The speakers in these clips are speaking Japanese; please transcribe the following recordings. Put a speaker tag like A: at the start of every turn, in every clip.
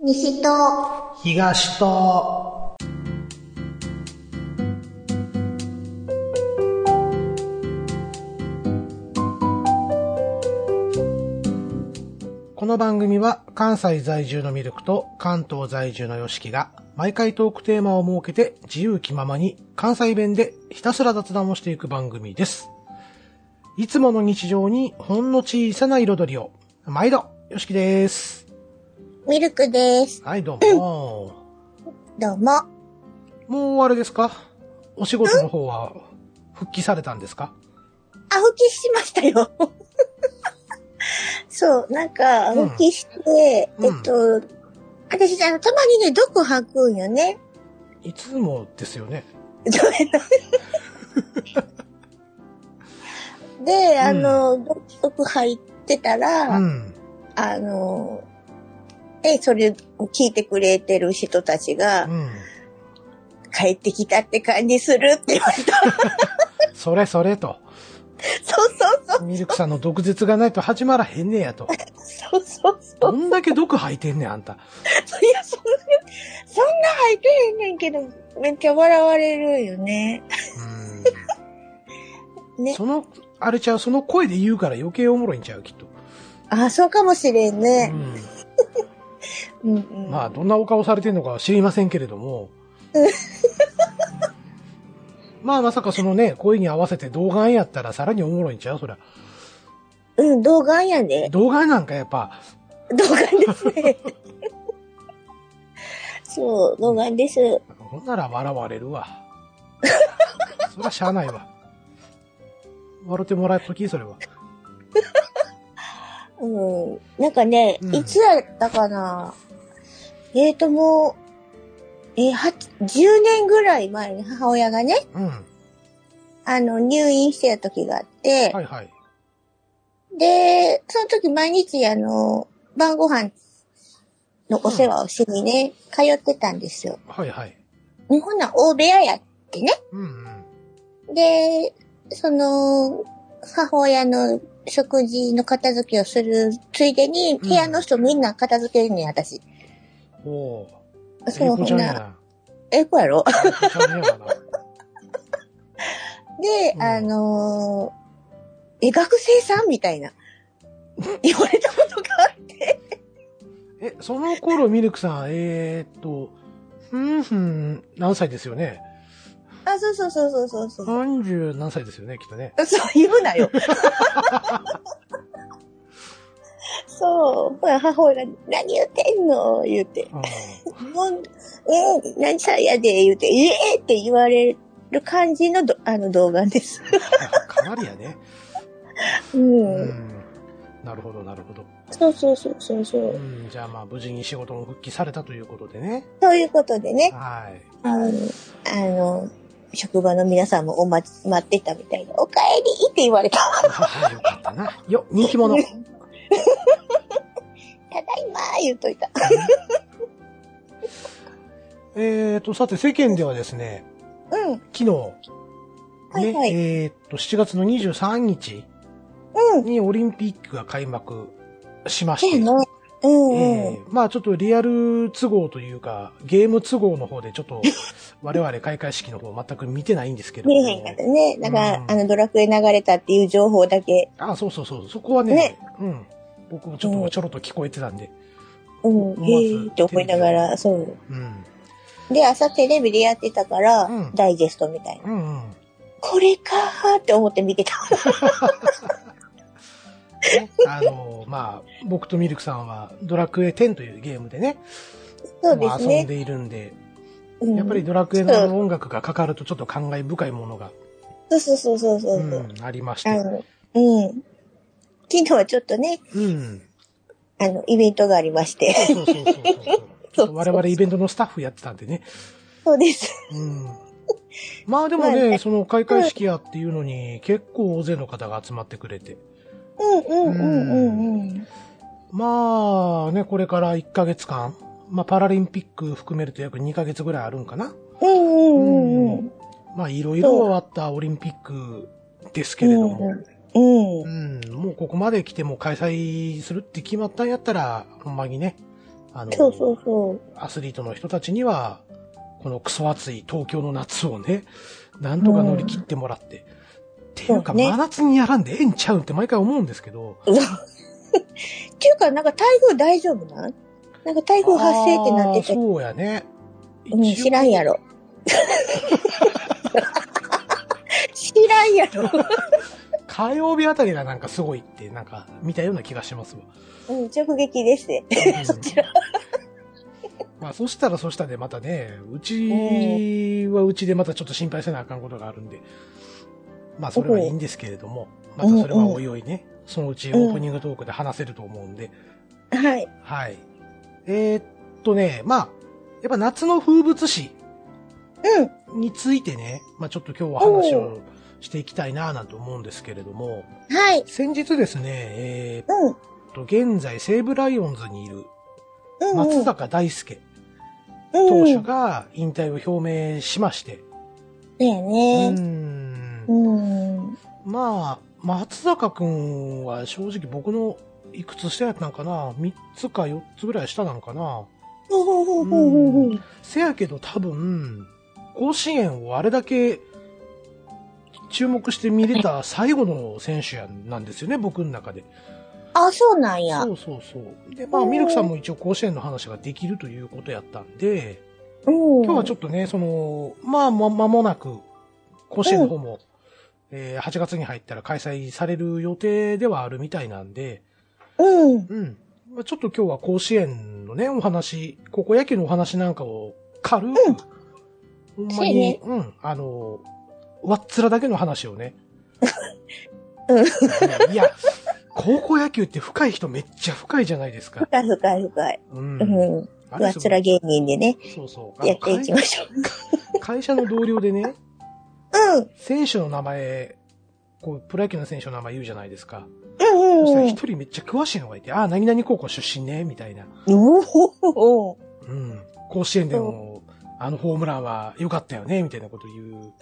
A: 西と、
B: 東と、この番組は関西在住のミルクと関東在住のヨシキが毎回トークテーマを設けて自由気ままに関西弁でひたすら雑談をしていく番組です。いつもの日常にほんの小さな彩りを。毎度、ヨシキです。
A: ミルクです。
B: はい、どうも。
A: どうも。
B: もうあれですかお仕事の方は復帰されたんですか
A: あ、復帰しましたよ。 そう、なんか、
B: うん
A: 復帰して、
B: うん
A: えっと、私、あの、たまにね、毒吐くんよね。
B: いつもですよね。
A: どれどれで、あの、毒吐いてた
B: う
A: ら、
B: ん。
A: あの、で、それを聞いてくれてる人たちが、
B: うん。
A: 帰ってきたって感じするって言われた。
B: それそれと。
A: そうそうそう。
B: ミルクさんの毒舌がないと始まらへんねやと。
A: そうそうそう
B: ど。んだけ毒吐いてんねん、あんた。
A: いや、そんな、そんな入ってへんねんけど、めっちゃ笑われるよね。
B: うん。
A: ね
B: その、あれちゃう、その声で言うから余計おもろいんちゃう、きっと。
A: あ、そうかもしれん
B: う
A: ね。
B: ん。
A: うんうん。
B: まあ、どんなお顔されてるのかは知りませんけれど も。まあ、まさかそのね、声に合わせて動画やったらさらにおもろいんちゃうそりゃ。
A: うん、動画やね。
B: 動画なんかやっぱ、
A: 動画ですね。 そう、動画です。
B: ほんなら笑われ るわ。そりゃしゃあないわ。笑ってもらうとき、それは。
A: うん。なんかね、
B: うん
A: いつやったかな。えーと、もう、えー、はち10年ぐらい前に母親がね、
B: うん。
A: あの、入院してた時があって、
B: はいはい。
A: で、その時毎日、あの、晩ご飯のお世話をしにね、通ってたんですよ。
B: はいはい。
A: 日本な大部屋やってね。
B: うんうん。
A: で、その、母親の食事の片付けをするついでに、
B: うん
A: 部屋の人みんな片付けるねん、私。
B: おおー。
A: そう、
B: 英子
A: ほ
B: ちゃ
A: ん
B: んや
A: な、
B: な。
A: ええ子やろ
B: 英子ちゃんやな。
A: で、
B: うん
A: あのえ、学生さんみたいな、言われたことがあって、
B: え、その頃、ミルクさん、えー、っと、ふんふん、何歳ですよね
A: あ、そうそうそうそうそうそう。
B: ?30 何歳ですよねきっとね。
A: そう言うな よ。そう、ほら母親が、何言ってんの言うて。
B: あ
A: もう、えー、何歳やで言うて、えー、って言われる感じのどあの動画です。
B: ーかなりやね。
A: う。
B: うんん。なるほど、なるほど。
A: そうそうそうそうそうう。
B: ん、じゃあまあ、無事に仕事も復帰されたということでね。
A: ということでね、
B: はい。
A: あの、あの職場の皆さんもお待ち待ってたみたいで、おかえりって言われた。
B: あーよかったな。よ、人 気者。
A: ただいまー言うといた。
B: えーと、さて、世間ではですね、
A: うん、うん、
B: 昨日、
A: はいはい
B: ね、えーっと、7月の23日にオリンピックが開幕しま
A: そう
B: して
A: や、な。うん、うん。
B: えーまあちょっとリアル都合というか、ゲーム都合の方でちょっと我々開会式の方全く見てないんですけれ
A: 見
B: ど
A: えへんかったね。だから、
B: うん
A: あの、ドラクエ流れたっていう情報だけ。
B: あ、そうそうそう、そこはね、
A: ね
B: うん。僕もちょっとちょろっと聞こえてたんで、
A: うん、
B: ず
A: へーって思いながら、そう。
B: うん。
A: で、朝テレビでやってたから、
B: うん
A: ダイジェストみたいな。
B: うん うん。
A: これかーって思って見てた。
B: ね、あの、まあ僕とミルクさんはドラクエ10というゲームでね、
A: そうで
B: まあ
A: す
B: 遊ん
A: ね。
B: でいるんで、
A: うん
B: やっぱりドラクエの音楽がかかるとちょっと感慨深いものが、
A: そうそうそうそうそうう。
B: ん、ありまし
A: あ
B: て。
A: の、うん。昨日はちょっとね、
B: うん。
A: あの、イベントがありまして。
B: そうそうそうそうそう。ちょっと我々イベントのスタッフやってたんでね。
A: そうです。
B: うん。まあでも
A: まあ
B: ね、
A: ね
B: その開会式やっていうのに結構大勢の方が集まってくれて。
A: うんうんうんうんうん。
B: まあね、これから1ヶ月間。まあパラリンピック含めると約2ヶ月ぐらいあるんかな。
A: うんうんうんうん。
B: まあいろいろあったオリンピックですけれども。
A: うん。う。
B: うんん、もうここまで来ても開催するって決まったんやったら、ほんまにね、あの、
A: そうそうそう。
B: アスリートの人たちには、このクソ暑い東京の夏をね、なんとか乗り切ってもらって。っていうか、
A: そうね
B: 真夏にやらんでええんちゃうんって毎回思うんですけど、
A: そうっていうか、なんか台風大丈夫なんなんか台風発生ってなって
B: あー
A: て、
B: そうやね。
A: うん、知らんや
B: ろ。
A: ろ。知らんやろ。
B: 火曜日あたりがなんかすごいって、なんか見たような気がしますわ。
A: うん、直撃ですね。そちら。
B: まあ、そしたらそしたでまたね、うちはうちでまたちょっと心配せなあかんことがあるんで、まあ、それはいいんですけれども、またそれはおいおいね、そのうちオープニングトークで話せると思うんで、
A: はい。
B: はい。えーっとね、まあ、やっぱ夏の風物詩
A: うん。
B: についてね、まあちょっと今日は話をしていきたいなぁなんて思うんですけれども、
A: はい。
B: 先日ですね、え
A: うん。
B: ーっと、現在西武ライオンズにいる
A: うん、うん。
B: 松坂大輔
A: 投
B: 投手。が引退を表明しまして、
A: だよ
B: う
A: ね。
B: ん
A: う、ん。
B: まあ、松坂くんは正直僕のいくつ下やったんかな ?3 つか4つぐらい下なんかな
A: ほうほうほうほうほうほう。
B: せやけど多分、甲子園をあれだけ注目して見れた最後の選手やなんですよね、僕の中で。
A: あ、そうなんや。
B: そうそうそう。で、まあ、ミルクさんも一応甲子園の話ができるということやったんで、
A: うん。
B: 今日はちょ
A: っ
B: っとね、その、まあ、ま、間もなく、甲子園の方も、えー8月に入ったら開催される予定ではあるみたいなんで、
A: と。うん。
B: うん。まあちょっと今日は甲子園のね、お話、高校野球のお話なんかを軽く、ほんま
A: そうや
B: に
A: ね、
B: うん、あの、わっ面だけの話をね。
A: うん
B: いや、高校野球って深い人めっちゃ深いじゃないですか。
A: 深い深い深い。
B: うん。
A: うん。
B: あ
A: ふわ
B: れ
A: っ
B: す
A: つ
B: ごい
A: ら芸人でね、
B: そうそう。あの
A: やっていきましょう。
B: 会会社の同僚でね、
A: うん。
B: 選手の名前、こう、プロ野球の選手の名前言うじゃないですか。
A: うん
B: そし
A: う
B: たら
A: ん
B: 一人めっちゃ詳しいのがいて、ああ、何々高校出身ね、みたいな。
A: うん。おお。
B: うん、甲子園での、あのホームランは良かったよね、みたいなこと言う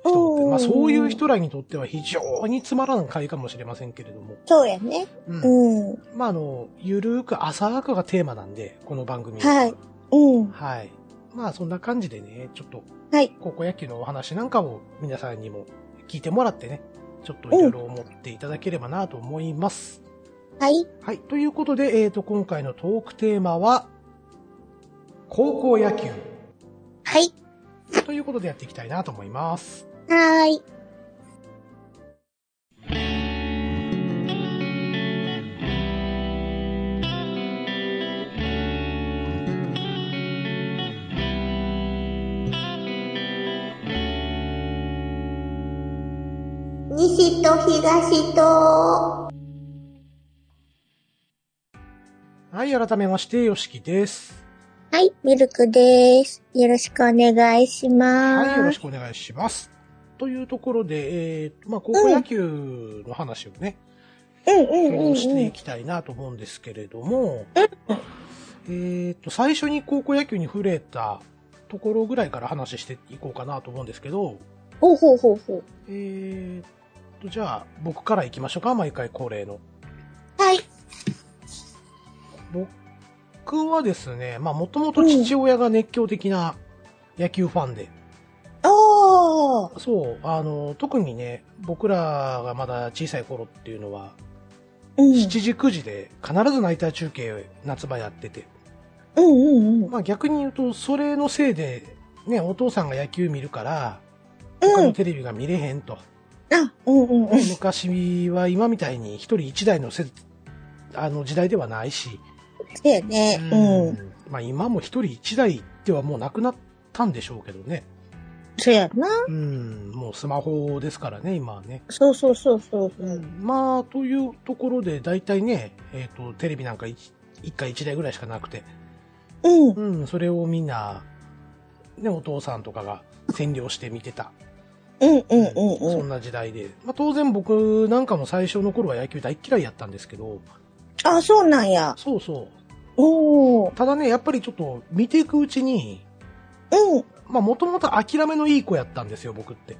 B: 人もいて
A: うん
B: まあそういう人らにとっては非常につまらん回かもしれませんけれども、
A: そうやね。
B: うん
A: うん。
B: まああの、ゆるーく浅くがテーマなんで、この番組
A: はい。うん。
B: はい。まあそんな感じでね、ちょっと
A: はい。
B: 高校野球のお話なんかを皆さんにも聞いてもらってね、ちょっといろいろ思っていただければなと思います。
A: はい。
B: はい。ということで、えっ、と、今回のトークテーマは、高校野球。
A: はい。
B: ということでやっていきたいなと思います。
A: はーい。西と東と。
B: はい、改めまして、よしきです。
A: はい、ミルクです。よろしくお願いしま
B: はい、よろし
A: す。
B: くお願いします。というところで、えーと、まあ、高校野球の話をね、
A: うんうんうん、う
B: 今日してい
A: ん。
B: きたいなと思うんですけれども、えーと、最初に高校野球に触れたところぐらいから話していこうかなと思うんですけど、
A: ほうほうほうほ
B: えーと、じゃあ、僕から行きましょうか、毎回恒例の。
A: う。はい。
B: 僕はですね、まあ、もともと父親が熱狂的な野球ファンで、
A: おー。
B: そう、あの、特にね、僕らがまだ小さい頃っていうのは、
A: うん。
B: 7時9時で必ずナイター中継夏場やってて、
A: うんうんうん。
B: まあ逆に言うと、それのせいで、ね、お父さんが野球見るから、他
A: う
B: の
A: ん。
B: テレビが見れへんと。
A: あ、うんうんうん。
B: 昔は今みたいに一人一台のせ、あの時代ではないし、
A: そうやね。うん。
B: まあ今も一人一台ではもうなくなったんでしょうけどね。
A: そうやな。
B: うん、もうスマホですからね、今はね。
A: そうそうそうそう。うん。
B: まあ、というところで、大体ね、えっ、と、テレビなんか一一回一台ぐらいしかなくて、
A: うん。
B: うん、それをみんな、ね、お父さんとかが占領して見てた。
A: うんうんう
B: そ
A: んうん。
B: んな時代で。まあ、当然僕なんかも最初の頃は野球大嫌いやったんですけど、
A: あ、そうなんや。
B: そうそう。
A: おー。
B: ただね、やっぱりちょっと見ていくうちに、
A: うん。
B: まあ、もともと諦めのいい子やったんですよ、僕って。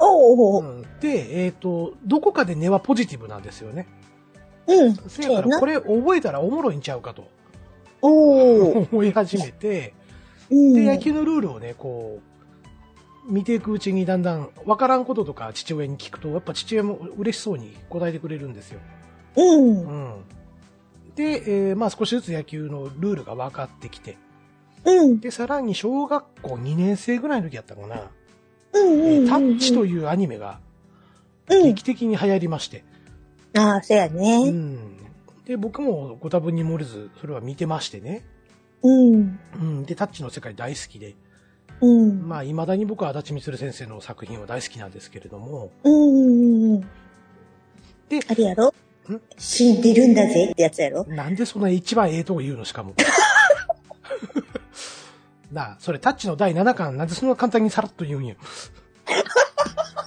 A: お
B: う
A: ー。
B: ん、で、えっ、と、どこかで根はポジティブなんですよね。
A: うん。
B: せやか
A: そうや
B: ら、
A: な
B: これ覚えたらおもろいんちゃうかと。
A: おー。
B: 思い始めて、
A: うん。
B: で、野球のルールをね、こう、見ていくうちにだんだん分からんこととか父親に聞くと、やっぱ父親も嬉しそうに答えてくれるんですよ。
A: うん。
B: う
A: うん。
B: ん。で、えーまあ少しずつ野球のルールが分かってきて、
A: うん。
B: で、さらに小学校2年生ぐらいの時やったかな、
A: うん。
B: タッチと
A: い
B: いうアニメが
A: うん。
B: 劇的に流行りまして、
A: ああ、そうや
B: う
A: ね。
B: ん。で、僕もご多分に漏れず、それは見てましてね。
A: うん。
B: うん。で、タッチの世界大好きで、
A: うん。
B: まあ、未だに僕は足立光先生の作品は大好きなんですけれども、
A: うん。うん。
B: で
A: あれやろ死んでるんだぜってやつやろ
B: なんでそんな一番ええとこ言うのしかも。 なあ、それタッチの第7巻、なんでそんな簡単にさらっと言うんや。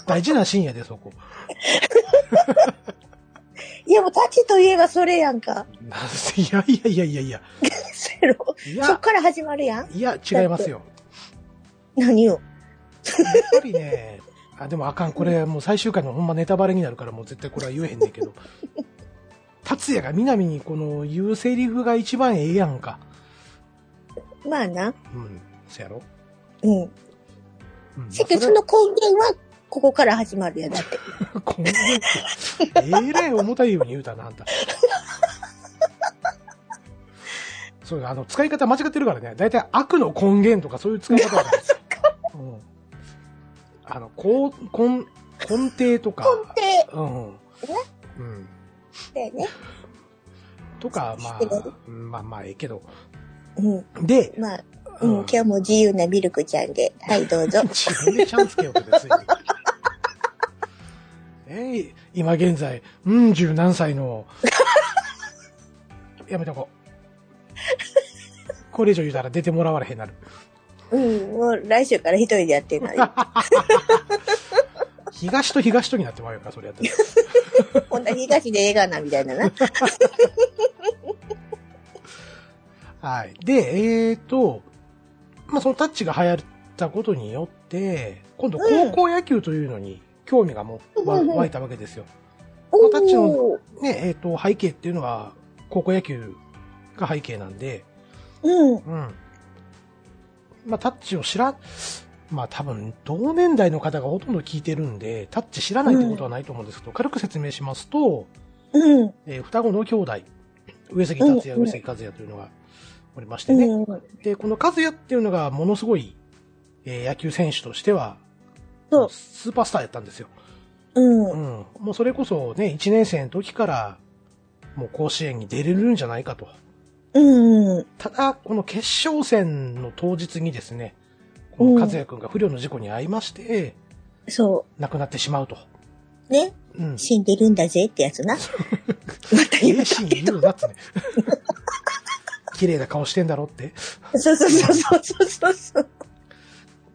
B: 大事なシーンやで、そこ。
A: いや、もうタッチといえばそれやんか。
B: なんせいやいやいやいやいや。
A: そうやろ
B: い
A: そっ
B: や、
A: から始まるやん。
B: いや、違いますよ。
A: 何を
B: やっぱりね、あ、でもあかん、これもう最終回のほんまネタバレになるからもう絶対これは言えへんねんけど。達也が南にこの言うセリフが一番ええやんか。
A: まあな。
B: うん、そやろ。
A: うん。
B: うん、
A: せっけどその根源は、ここから始まるやんだって。
B: 今後って、えらい重たいように言うたな、あんた。そうあの、使い方間違ってるからね。だいたい悪の根源とかそういう使い方なんですよ。うん。あの、こう、根、根底とか、
A: で、
B: うん。うん。
A: だよね。
B: とか、ま
A: 知って
B: あ、うんまあまあ、ええけど。
A: うん。
B: で、
A: まあ、うん、今日も自由なミルクちゃんで。 はい、どうぞ。
B: 自分でチャンスけようと別に。えい今現在、うん、十何歳の、やめとこう。これ以上言うたら出てもらわれへんなる。
A: うん、もう来週から一人でやって ない。
B: 東と東とになってまうよな、それやったら。
A: こんな東で映画な、みたい なな。
B: はい。で、えーと、まあ、そのタッチが流行ったことによって、今度高校野球というのに興味がもうわ
A: うんうん
B: 湧いたわけですよ。
A: お
B: タッチの
A: ー。
B: ね、えーと、背景っていうのは高校野球が背景なんで、
A: うん。
B: うん。まあ、タッチを知ら、まあ多分、同年代の方がほとんど聞いてるんで、タッチ知らないってことはないと思うんですけど、軽く説明しますと、
A: うん。
B: えー双子の兄弟、上杉達也、
A: うん
B: 上杉和也というのがおりましてね。
A: うん。
B: で、この和也っていうのがものすごい、えー野球選手としては、
A: そう
B: スーパースターやったんですよ。
A: う。
B: うんん。もうそれこそね、1年生の時から、もう甲子園に出れるんじゃないかと。
A: うん。
B: ただ、この決勝戦の当日にですね、この和也くんが不良の事故に遭いまして、
A: そ
B: 亡くなってしまうと。
A: う。ね。
B: うん。
A: 死んでるんだぜってやつ な。また
B: え
A: 言
B: え
A: うた
B: シーン
A: け
B: 言
A: ど。
B: うなっつね。綺麗な顔してんだろって。
A: そうそうそうそうそうそう。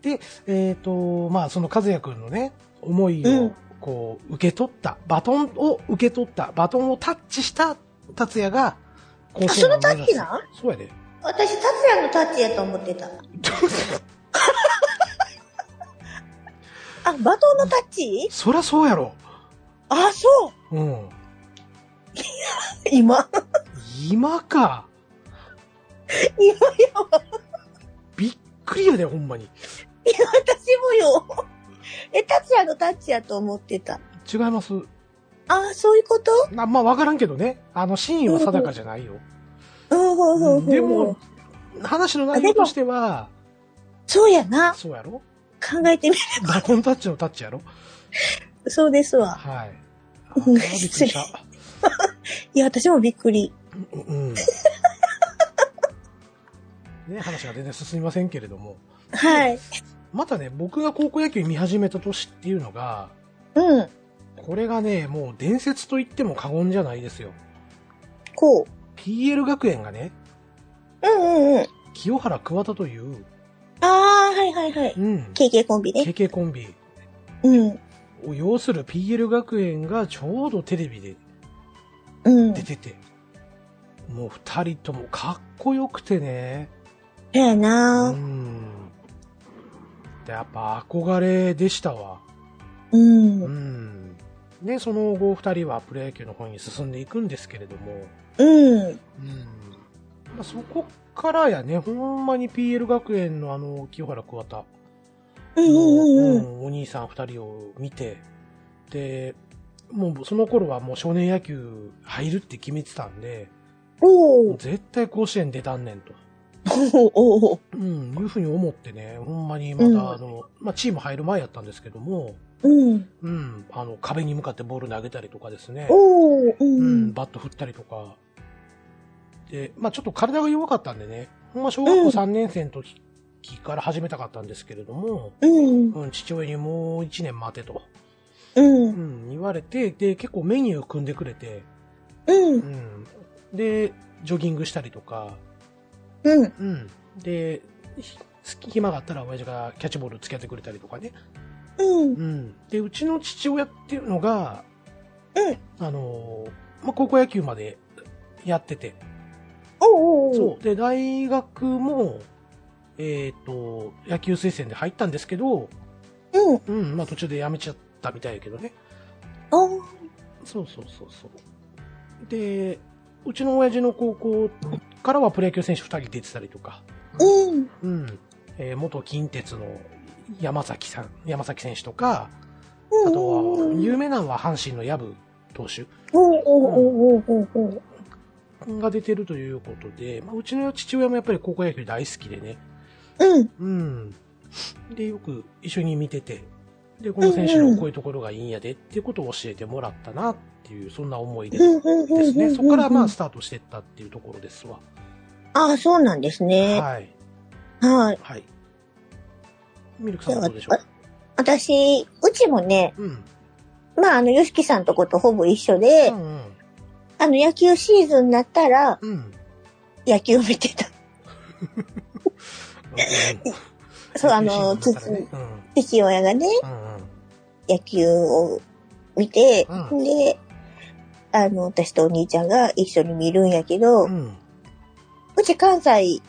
B: で、えっ、と、まあ、その和也くんのね、思いうを
A: ん、
B: こう、受け取った、バトンを受け取った、バトンをタッチした達也が、甲子園
A: あそ
B: を目指す
A: のタッチなん
B: そうやで。
A: 私、達也のタッチやと思ってた。あ、バトンのタッチ
B: そりゃそうやろ。
A: あ、そう。
B: うん。
A: 今。
B: 今か。
A: 今やわ。
B: びっくりやで、ほんまに。
A: いや、私もよ。え、達也のタッチやと思ってた。
B: 違います。
A: あ、そういうこと
B: なまあ、わからんけどね。あの、シーンは定かじゃないよ。
A: うんうんうんうん。
B: でも、、話の内容としては、
A: そうやな。
B: そうやろ
A: 考えてみる。
B: バトンタッチのタッチやろ
A: そうですわ。
B: はい。あ
A: うん
B: びっくりした。
A: いや、私もびっくり。
B: うん。ね、話が全然進みませんけれども。
A: はい。
B: またね、僕が高校野球見始めた年っていうのが、
A: うん。
B: これがね、もう伝説と言っても過言じゃないですよ。
A: こ
B: PL 学園がね、
A: う。うんうんうん。
B: 清原桑田という、
A: あー、はいはいはい。
B: うん、
A: KK コンビね。
B: KK コンビ
A: うん。
B: を要する PL 学園がちょうどテレビで
A: うん。
B: 出
A: そ
B: てて、もう二人ともかっこよくてね、
A: うや
B: う
A: な。
B: ん。でやっぱ憧れでしたわ。
A: うん。
B: う。
A: うん
B: ね、その後二人はプロ野球の方に進んでいくんですけれども、
A: ん。
B: うん。まあ、そこからやね、ほんまに PL 学園のあの、清原桑田
A: う
B: の、
A: んうんうんう。
B: うんんお兄さん二人を見て、で、もうその頃はもう少年野球入るって決めてたんで、
A: おー
B: 絶対甲子園出たんねんと。
A: おーおー
B: うん、いうふうに思ってね、ほんまにま
A: うん
B: た、あの、まあ、チーム入る前やったんですけども、
A: うん。
B: うん、あの、壁に向かってボール投げたりとかですね、
A: おーう
B: うんん、。バット振ったりとか、で、まあ、ちょっと体が弱かったんでね、ほんま小学校3年生の時から始めたかったんですけれども、
A: うん。
B: うん、父親にもう1年待てと、
A: う。
B: うんん、言われて、で、結構メニュー組んでくれて、
A: う。
B: うんん、で、ジョギングしたりとか、
A: うん。
B: うん。で、ひ暇があったら親父がキャッチボール付き合ってくれたりとかね。
A: うん。
B: うん。で、うちの父親っていうのが、
A: うん
B: あのーまあ、高校野球までやってて、
A: おーおーお
B: そう。で、大学も、えっ、と、野球推薦で入ったんですけど、
A: ーうん。
B: うん、まあ、途中で辞めちゃったみたいやけどね。
A: おー
B: そうそうそうそう。で、うちの親父の高校からはプロ野球選手2人出てたりとか、
A: うん。
B: うんえー元近鉄の山崎さん、山崎選手とか、
A: うん。
B: あとは、
A: うん
B: 有名なのは阪神の薮投手
A: おーおーおーおーおー
B: が出てるということで、まあ、うちの父親もやっぱり高校野球大好きでね、
A: うん。
B: うん。で、よく一緒に見てて、で、この選手のこういうところがいいんやでっていうことを教えてもらったなっていう、そんな思い出
A: う
B: で
A: んうんうん。
B: すね。そこからまあ
A: あ
B: スタートしてったっていうところですわ。
A: あー、そうなんですね。
B: はい。
A: はい。
B: はい。ミルクさんはどうでしょ
A: 私、うちもね、
B: ううん。
A: まあ、あの、ヨシキさんとことほぼ一緒で、
B: うんうん。
A: あの、野球シーズンになったら、
B: うん。
A: 野球を見てた。そう、あの、
B: つ
A: 父
B: つ、うん、うん
A: 父親がね、
B: うん、
A: 野球を見て、
B: う
A: で、あの、私とお兄ちゃんが一緒に見るんやけど、う
B: うん、
A: ち関西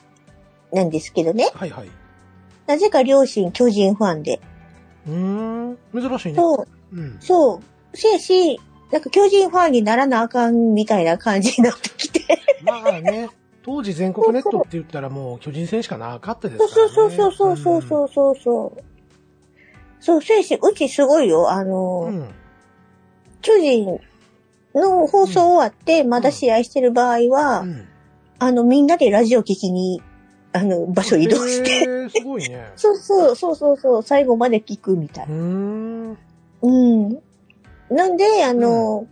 A: なんですけどね、
B: はいはい。
A: なぜか両親巨人ファンで、
B: うーん、珍しいね。
A: そう、
B: うん。
A: そう、せやし、なんか巨人ファンにならなあかんみたいな感じになってきて、
B: まあね、当時全国ネットって言ったらもう巨人戦しかなかったで
A: そう
B: すから、ね。
A: そうそうそうそうそうそうそう。そう、せやし、うちすごいよ、あの、
B: うん。うん。
A: 巨人の放送終わって、まだ試合してる場合は、
B: うん。
A: あの、みんなでラジオ聞きに、あの、場所移動して。
B: へーすごいね。
A: そうそう、そうそうそう、最後まで聞くみたいう
B: ー
A: な。
B: ん。
A: うん。なんで、あの、も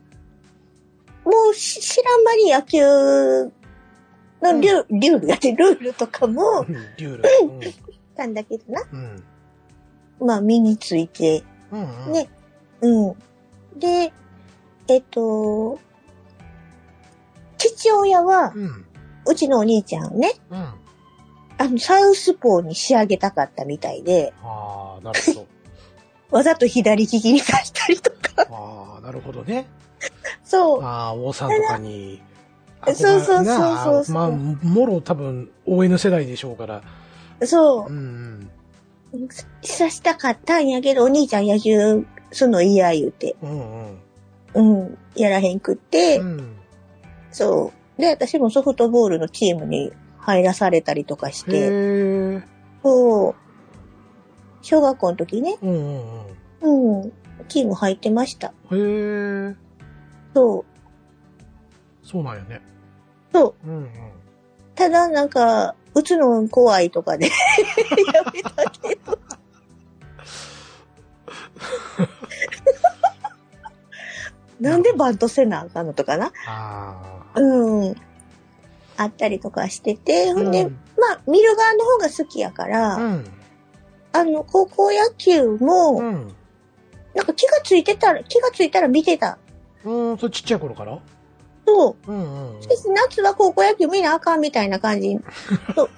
A: うし知らん間に野球のル,、ルールやって、ルールとかも、
B: デュール。
A: なんだけどな。
B: うん。うん。
A: まあ、身について、
B: うん、うん。
A: ね。うん。で、えっと、父親は、
B: うん。
A: うちのお兄ちゃんをね、
B: うん。あ
A: あの、サウスポーに仕上げたかったみたいで、
B: あー、なるほど。
A: わざと左利きに返した りとか。
B: ああ、なるほどね。
A: そう。
B: ああ、王さんとかに。
A: そうそうそうそうそう
B: まあ、もろ多分、ON 世代でしょうから。
A: そ
B: うん
A: う。さしたかったんやけど、お兄ちゃん野球すんの嫌言うて、
B: うん。うんうん。
A: うん、やらへんくって、
B: うん。
A: そう。で、私もソフトボールのチームに入らされたりとかし
B: へ
A: て、
B: え。
A: そう。小学校の時ね、
B: うんうんうん。
A: うん、チーム入ってました。
B: へえ。
A: そう。
B: そうなんやね。。
A: そう
B: うんうん。
A: ただ、なんか、打つの怖いとかで、 やめたけど。なんでバントせなあかんのとかな。
B: ああ。
A: うん。あったりとかしてて、ほんで、
B: うん
A: まあ、見る側の方が好きやから、
B: うん。
A: あの、高校野球も、
B: うん。
A: なんか気がついてたら、気がついたら見てた。
B: うん、それちっちゃい頃から
A: そう。
B: うんうんうん。
A: しかし夏は高校野球見なあかんみたいな感 じ。そう。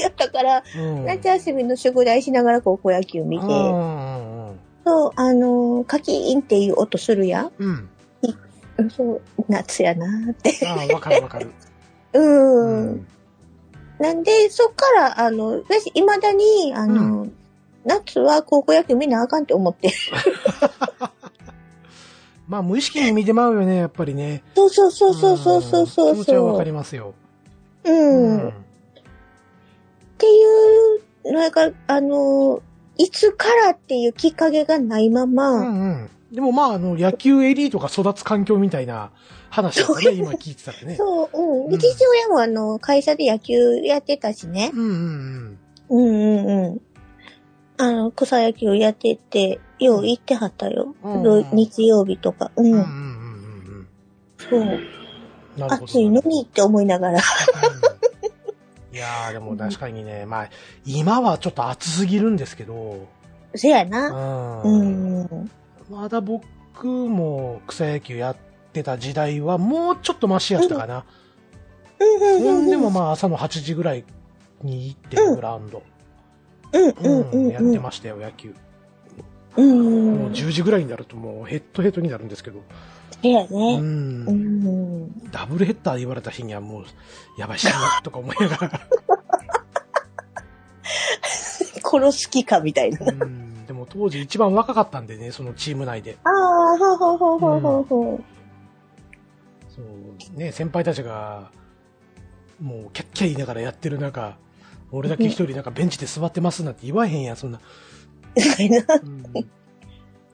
A: やったから、
B: うん
A: 夏休みの宿題しながら高校野球見て
B: う、んうん
A: そう、あのー、カキーンっていう音するやん。
B: うん。うん。
A: うんそう、夏やなーって。
B: ああ、わかるわか る。
A: う。
B: うん
A: ん、。なんで、そっから、あの、私、未だに、あのー、夏は高校野球見なあかんって思 って。
B: まあ、無意識に見てまうよね、やっぱりね。
A: そうそうそうそうそうそうそう。
B: ん気持ちはわかりますよ。
A: うん。っていう、なんか、あの、いつからっていうきっかけがないま
B: う
A: ま、
B: んうん。でもまあ、あの、野球エリートが育つ環境みたいな話ですね、今聞いてたってね。
A: そう、うん。で
B: うん
A: 父親もあの、会社で野球やってたしね。
B: うんうん
A: うんうんうん。あの、草野球やってて、よう行ってはったよ。
B: うん
A: 土日曜日とか。う。
B: うん。うんうんうんんうん
A: そう。
B: うん。なるほど。
A: 暑いのにって思いながら。
B: うん。いやー、でも確かにね、まあ、今はちょっと暑すぎるんですけど、
A: せや
B: う
A: な。
B: ん。
A: うん。
B: まだ僕も草野球やってた時代はもうちょっとマシやったかな。
A: うん
B: ほんでも
A: ま
B: まあ朝の8時ぐらいに行ってグラウンド。
A: うん
B: う
A: うん
B: ん、
A: うんうん。
B: やってましたよ、野球。
A: うん。
B: もう10時ぐらいになるともうヘッドヘッドになるんですけど。
A: せや
B: う
A: ね。
B: ん。
A: うん。
B: ダブルヘッダー言われた日にはもう、やばいしな、とか思いながら。
A: 殺す気かみたいな。
B: うん。でも当時一番若かったんでね、そのチーム内で。
A: ああ、ほうほうほうほうほうほ
B: そう、ね、先輩たちが、もう、キャッキャ言いながらやってる中、俺だけ一人なんかベンチで座ってますなんて言わへんやん、そんな。
A: う。みたいな。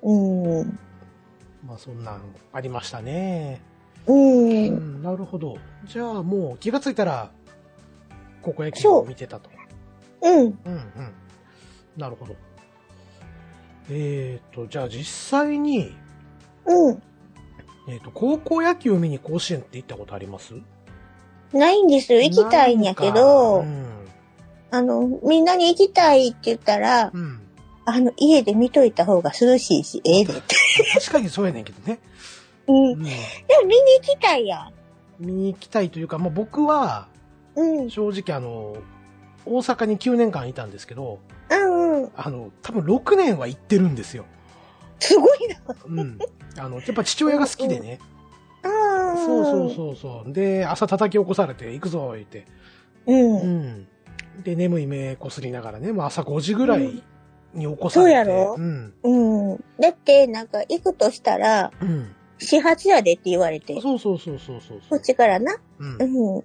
B: うん、
A: うん。
B: まあ、そんなんありましたね。
A: う。
B: うんん、なるほど。じゃあ、もう気がついたら、高校野球を見てたと。
A: うん。
B: うんうん。なるほど。えっ、ー、と、じゃあ実際に、
A: うん。
B: えっ、と、高校野球を見に甲子園って行ったことあります
A: ないんですよ。行きたいんやけど、
B: なんか
A: あの、みんなに行きたいって言ったら
B: う、ん。うん。
A: あの、家で見といた方が涼しいし、ええ でって。
B: 確かにそうやねんけどね。
A: うん。で
B: う
A: も
B: ん
A: 見に行きたいやん。
B: 見に行きたいというか、まあ、僕は
A: うん。
B: 正直あの大阪に9年間いたんですけど
A: うんうん。
B: あの多分6年は行ってるんですよ、
A: すごいな。
B: うん、あのやっぱ父親が好きでね
A: ああ。
B: そうそうそうそうで朝叩き起こされて行くぞ言って、
A: う。
B: う
A: うん。
B: ん、で眠い目こすりながらねもう朝5時ぐらいに起こさ
A: そう
B: れ
A: や
B: て
A: ろ
B: うん
A: うん。だって、なんか、行くとしたら、
B: うん、
A: 始発やでって言われて。
B: そうそうそうそうそう
A: こっちからな。
B: うん
A: う、ん。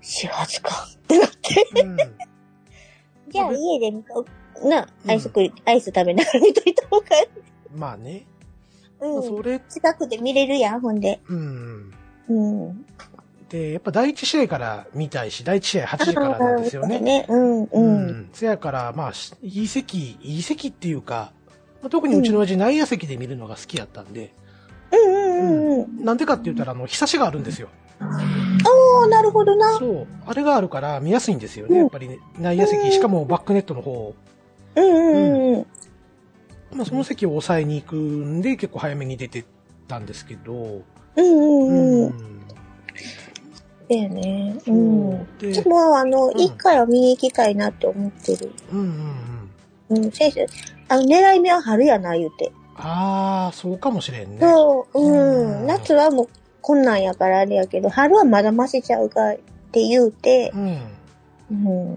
A: 始発か。ってなって。
B: うん
A: じゃあ家で見と、な、
B: うん
A: アイス食い、アイス食べながら見といた方が、
B: まあね、まあ
A: う
B: そ
A: ん。
B: れ
A: 近くで見れるやん、ほんで。
B: うん
A: うん。
B: でやっぱ第一試合から見たいし第一試合8時からなんですよね
A: ね。うん、うん。うん、
B: せやから、まあ、しいい席、いい席っていうか、まあ特にうちの親父内野席で見るのが好きやったんで、
A: うん、うん。
B: なんでかって言ったら、あの、日差しがあるんですよ。
A: おー、なるほどな。
B: そう。あれがあるから見やすいんですよね、やっぱりね、内野席。しかもバックネットの方、
A: うん、うん、うん。
B: まあ、その席を抑えに行くんで、結構早めに出てたんですけど、
A: うん、うん、
B: う
A: うん。
B: ん
A: だよね。う
B: そ
A: ん。
B: うで、
A: でも、あの、
B: ん
A: 一から見に行きたいなって思ってる。
B: うんうんうん。
A: うん、先生、あの、狙い目は春やな、言うて。
B: ああ、そうかもしれんね。
A: そう、う
B: うん
A: ん。夏はもう、こんなんやからあれやけど、春はまだマシちゃうかって言うて、
B: うん。
A: うん。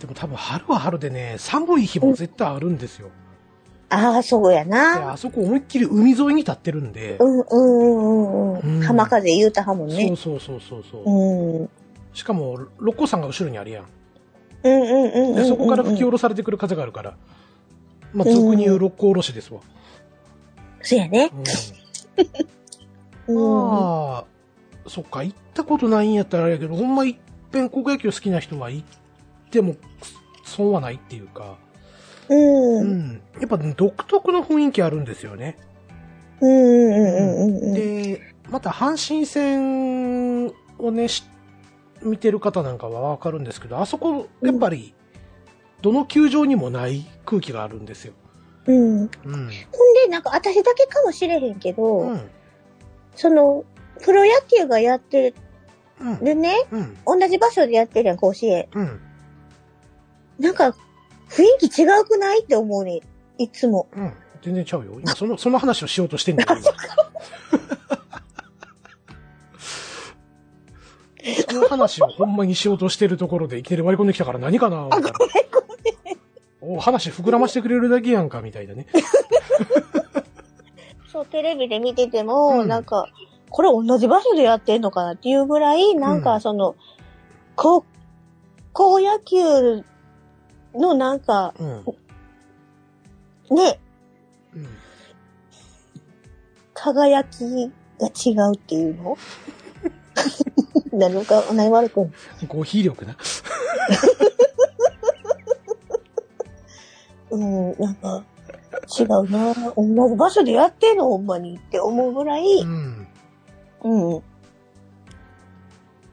B: でも多分春は春でね、寒い日も絶対あるんですよ。
A: ああ、そうや
B: で
A: な。
B: あそこ思いっきり海沿いに立ってるんで、
A: うんうんうんうん
B: う
A: うんん。浜風言うたはもん
B: そ
A: ね
B: う。そうそうそうそう、
A: うん。うん
B: しかも六甲山が後ろにあるやん
A: うんうんうんう
B: で
A: ん。
B: そこから吹き下ろされてくる風があるから、まあ、俗に言う六甲おろしですわ、
A: そうやね
B: う。ん
A: うん。
B: まあそっか行ったことないんやったらあれやけどほんまいっぺん高校野球好きな人は行っても損はないっていうか、う
A: うん。
B: ん、やっぱ独特の雰囲気あるんですよね、
A: うんうんうんうんうん。
B: でまた阪神戦をねし見てる方なんかは分かるんですけどあそこやっぱりどの球場にもない空気があるんですよ、
A: うん。
B: うん
A: ほんで、なんか私だけかもしれへんけ
B: う
A: ど、
B: ん
A: その、プロ野球がやって
B: うん
A: るね、
B: うん
A: 同じ場所でやってるやん、甲子園。
B: うん
A: なんか、雰囲気違うくないって思うね。いつも。
B: うん全然ちゃうよ今そのその話をしようとしてんだけ ど今その話をほんまにしようとしてるところでいきなり割り込んできたから何かなみた いなお話膨らましてくれるだけやんかみたいなね
A: そう、テレビで見てても、
B: うん
A: なんか、これ同じ場所でやってんのかなっていうぐらい、なん
B: う
A: か
B: ん
A: その、高高野球のなんか、
B: うん。
A: ね、
B: うん
A: 輝きが違うっていうの 何か、何悪くん。
B: 語彙力な。
A: うん、なんか、違うな同じ場所でやってんのほんまにって思うぐらい、
B: うん。
A: うん。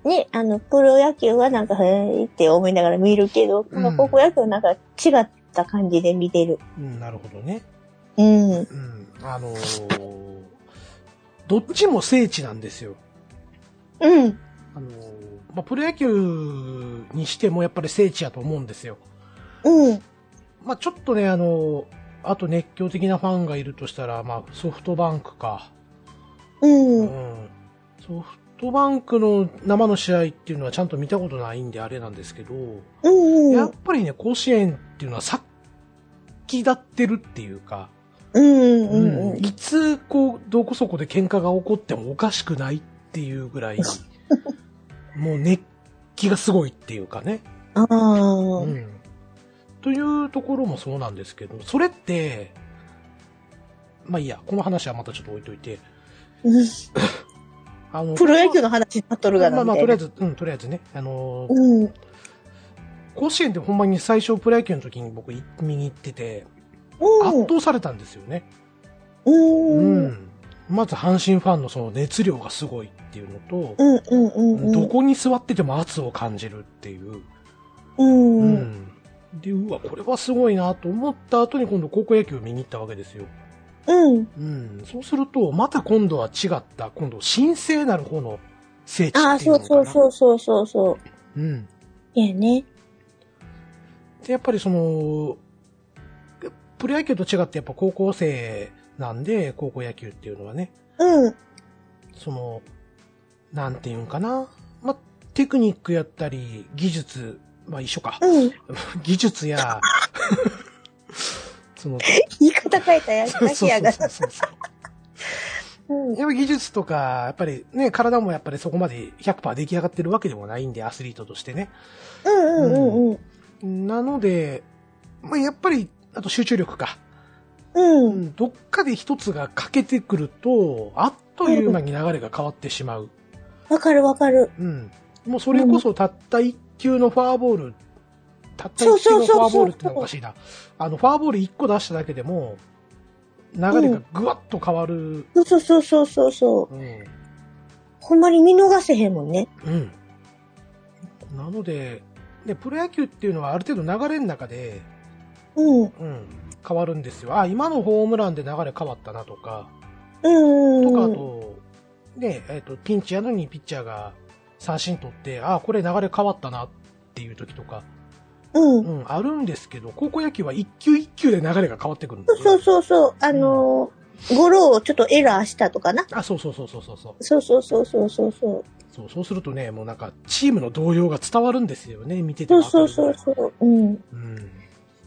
A: ね、あの、プロ野球はなんか、へーって思いながら見るけど、この高校野球はなんか違った感じで見てる。
B: うん、なるほどね。
A: うん。
B: うん。あのーどっちも聖地なんですよ。
A: うん。
B: あのーまあ、プロ野球にしてもやっぱり聖地やと思うんですよ。
A: うん。
B: まあ、ちょっとね、あのーあと熱狂的なファンがいるとしたら、まあ、ソフトバンクか。
A: う。
B: うんん。ソフトバンクの生の試合っていうのはちゃんと見たことないんであれなんですけど、
A: うん。う
B: やっ
A: ん。
B: ぱりね、甲子園っていうのは殺気立ってるっていうか、
A: うん。
B: う
A: うん
B: んいつ、こう、どこそこで喧嘩が起こってもおかしくないっていう ぐらい、もう熱気がすごいっていうかね。
A: あ
B: う
A: あ。
B: ん。というところもそうなんですけど、それって、まあいいや、この話はまたちょっと置いといて、あの、
A: プロ野球の話になっとる
B: ま
A: が
B: あ
A: な。
B: まあ、とりあえ
A: ず。
B: ず、うん、とりあえずね、あの、
A: うん。
B: 甲子園ってほんまに最初プロ野球の時に僕い見に行ってて、圧
A: うん。
B: 倒されたんですよね。
A: うん。
B: う
A: うん。
B: ん、まず阪神ファンのその熱量がすごいっていうのと、
A: うん。うん。
B: どこに座ってても圧を感じるっていう、
A: うん。う
B: う
A: ん。
B: んでうわこれはすごいなと思った後に今度高校野球を見に行ったわけですよ、
A: うん。
B: うん、そうするとまた今度は違った今度神聖なる方の聖地っていうのかな
A: ああ、そうそうそうそうそうそう。
B: うん、
A: いやね。
B: でやっぱりそのプロ野球と違ってやっぱ高校生なんで高校野球っていうのはね
A: うん。
B: その、なんていうんかな。まあ、テクニックやったり、技術、まあ一緒か。
A: うん。
B: 技術や、 その、
A: 言い方変えた やつ
B: そう
A: だけ
B: そう
A: やが。
B: そうそうそう。
A: うん。
B: やっぱ技術とか、やっぱりね、体もやっぱりそこまで100%出来上がってるわけでもないんで、アスリートとしてね。
A: うんうんうんうん。
B: なので、まあやっぱり、あと集中力か。
A: う。
B: うんん、どっかで一つが欠けてくると、あっという間に流れが変わってしまう。
A: わかるわかる。
B: うん、もうそれこそたった1球のフォアボール、たった1球のフォアボールってのはおかしいな。あの、フォアボール1個出しただけでも、流れがぐわっと変わる。
A: そうそうそうそうそう。
B: うん。
A: ほんまに見逃せへんもんね。
B: うん。なので、で、プロ野球っていうのはある程度流れの中で、
A: うん。
B: うん、変わるんですよ。あ、今のホームランで流れ変わったなとか、
A: うんうん。
B: とか、あ。と、ね、えっ、と、ピンチやのにピッチャーが三振取って、あ、これ流れ変わったなっていう時とか、
A: うん。
B: うん、あるんですけど、高校野球は一球一球で流れが変わってくるんで
A: そう
B: すよ。
A: そうそうそう。あのー、ゴロをちょっとエラーしたとかな。
B: あ、そうそうそうそうそうそう。
A: そうそうそうそうそうそう。
B: そう、そうするとね、もうなんか、チームの動揺が伝わるんですよね、見てて
A: そ
B: も
A: うそうそうそう。うん。
B: うん。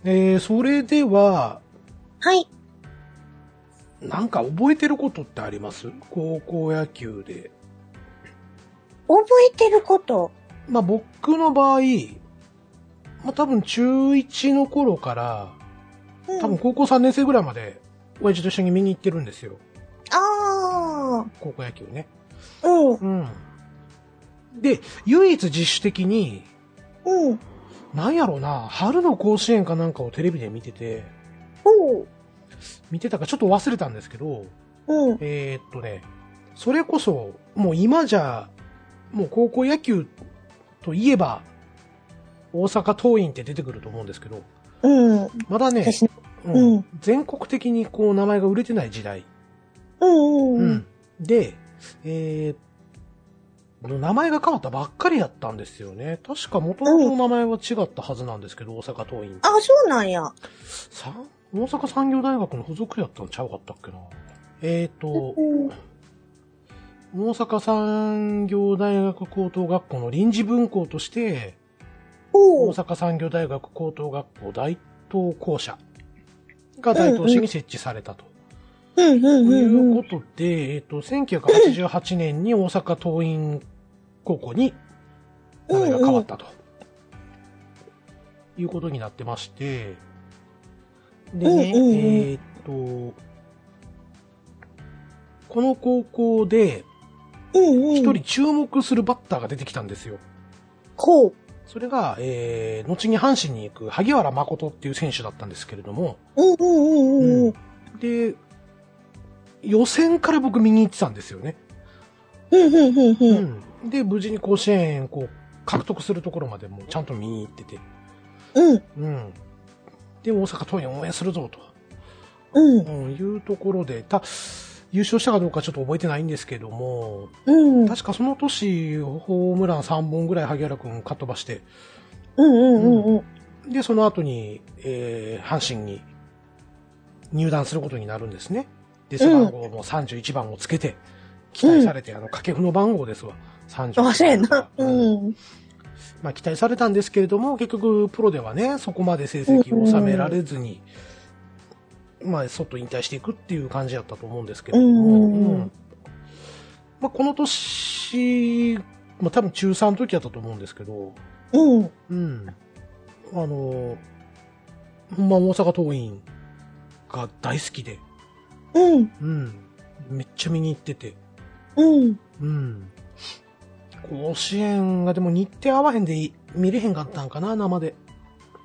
B: えー、それでは、
A: はい。
B: なんか覚えてることってあります高校野球で。
A: 覚えてること。
B: まあ、僕の場合、まあ、多分中1の頃から、
A: うん。
B: 多分高校3年生ぐらいまで、親父と一緒に見に行ってるんですよ。
A: あ
B: 高校野球ね。
A: あ。うん。
B: うん。で、唯一自主的に、
A: うん。
B: なんやろうな、春の甲子園かなんかをテレビで見てて、
A: ほう。
B: 見てたかちょっと忘れたんですけど、
A: うん。
B: えーっとね、それこそ、もう今じゃ、もう高校野球といえば、大阪桐蔭って出てくると思うんですけど、
A: うん。
B: まだね、
A: 私の。
B: うん
A: うん
B: 全国的にこう名前が売れてない時代。
A: うんうん。
B: で、えー、名前が変わったばっかりやったんですよね。確か元々の名前は違ったはずなんですけど、大阪桐蔭。
A: あ、そうなんや。
B: さ大阪産業大学の付属やったんちゃうかったっけな。えーと、
A: うん。
B: 大阪産業大学高等学校の臨時分校として、
A: ほ
B: 大
A: う。
B: 阪産業大学高等学校大東校舎が大東市に設置されたと。
A: うんう
B: と
A: ん
B: いううん
A: う
B: こ
A: ん。
B: とで、えっと、1988年に大阪桐蔭高校に名前が変わったと、いうことになってまして、
A: うん
B: でね、
A: うんうん
B: えっと、この高校で
A: うんうん。
B: 一人注目するバッターが出てきたんですよ。
A: こう。
B: それが、えー、後に阪神に行く萩原誠っていう選手だったんですけれども、
A: うんうんうんうん。
B: で、予選から僕見に行ってたんですよね。
A: うんうんうんうん。
B: で、無事に甲子園こう獲得するところまでもちゃんと見に行ってて、
A: うん
B: うん。で、大阪桐蔭応援するぞと、
A: うん
B: うん、いうところで、た、優勝したかどうかちょっと覚えてないんですけども、
A: うん。
B: 確かその年、ホームラン3本ぐらい萩原くんかっ飛ばして、
A: うんうんうんうん。
B: で、その後に、えー、阪神に入団することになるんですね。で、背番号も31番をつけて、期待されて、あの、掛布の番号ですわ。31
A: あ、そうやな。う
B: うん
A: ん。
B: まあ、期待されたんですけれども、結局、プロではね、そこまで成績を収められずに、まあ、外引退していくっていう感じだったと思うんですけれども、
A: うん
B: うんまあ、この年、まあ、多分中3の時だったと思うんですけど、
A: うん。
B: うん。あの、ほんま大阪桐蔭が大好きで、
A: うん。
B: うん。めっちゃ見に行ってて、
A: うん。
B: うん。甲子園がでも日程合わへんでい見れへんかったんかな、生で。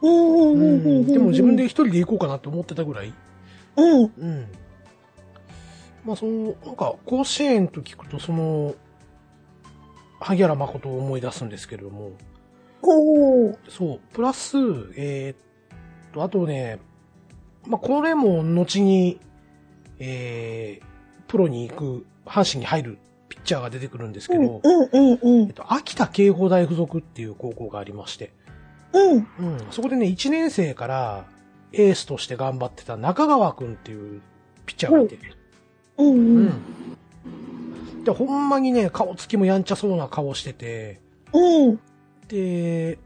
A: うんうん
B: う
A: うんんうん。
B: でも自分で一人で行こうかなって思ってたぐらい。
A: うん。うん
B: うん。まあその、なんか甲子園と聞くとその、萩原誠を思い出すんですけれども、
A: こう。
B: そう、プラス、えーっと、あとね、まあこれも後に、えー、プロに行く、阪神に入るピッチャーが出てくるんですけ
A: うん
B: ど、
A: うんうんう
B: えっ
A: ん。
B: と、秋田慶応大附属っていう高校がありまして、
A: うん。
B: うん、そこでね、1年生からエースとして頑張ってた中川くんっていうピッチャーがいて、
A: うんうん。
B: うん。で、ほんまにね、顔つきもやんちゃそうな顔してて、
A: うん。
B: で、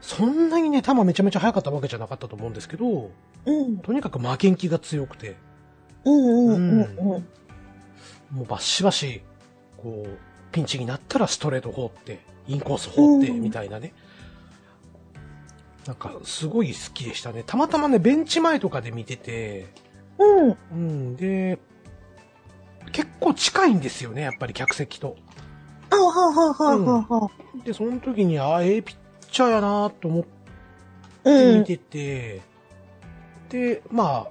B: そんなにね、球めちゃめちゃ速かったわけじゃなかったと思うんですけど、
A: うん。
B: とにかく負けん気が強くて、
A: うんうんうんうん。
B: もうバッシバシ、こう、ピンチになったらストレート放って、インコース放って、
A: うん
B: みたいなね。なんか、すごい好きでしたね。たまたまね、ベンチ前とかで見てて、
A: うん。
B: うん、で、結構近いんですよね、やっぱり客席と。
A: あははははは。
B: で、その時に、あええピッチャーやなと思っ
A: う
B: て見
A: ん。
B: てて、で、まあ、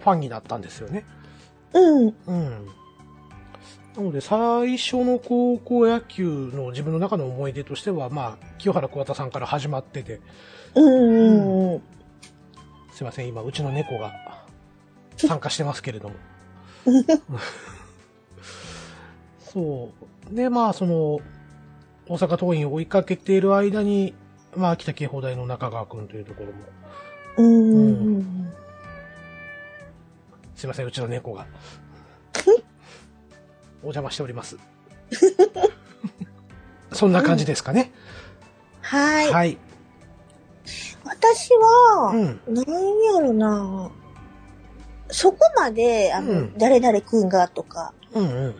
B: ファンになったんですよね。
A: うん。
B: うん。なので、最初の高校野球の自分の中の思い出としては、まあ、清原桑田さんから始まってて、
A: うん。うん。
B: すいません、今、うちの猫が 参加してますけれども。 そう。で、まあ、その、大阪桐蔭を追いかけている間に、まあ、秋田慶法大の中川君というところも、
A: うん。
B: すいません、うちの猫が。 お邪魔しております。 そんな感じですかね。
A: はい。
B: はい。
A: 私は、
B: うん。
A: なんやろなそこまで、あの、
B: うん
A: 誰々くんがとか
B: うんうん。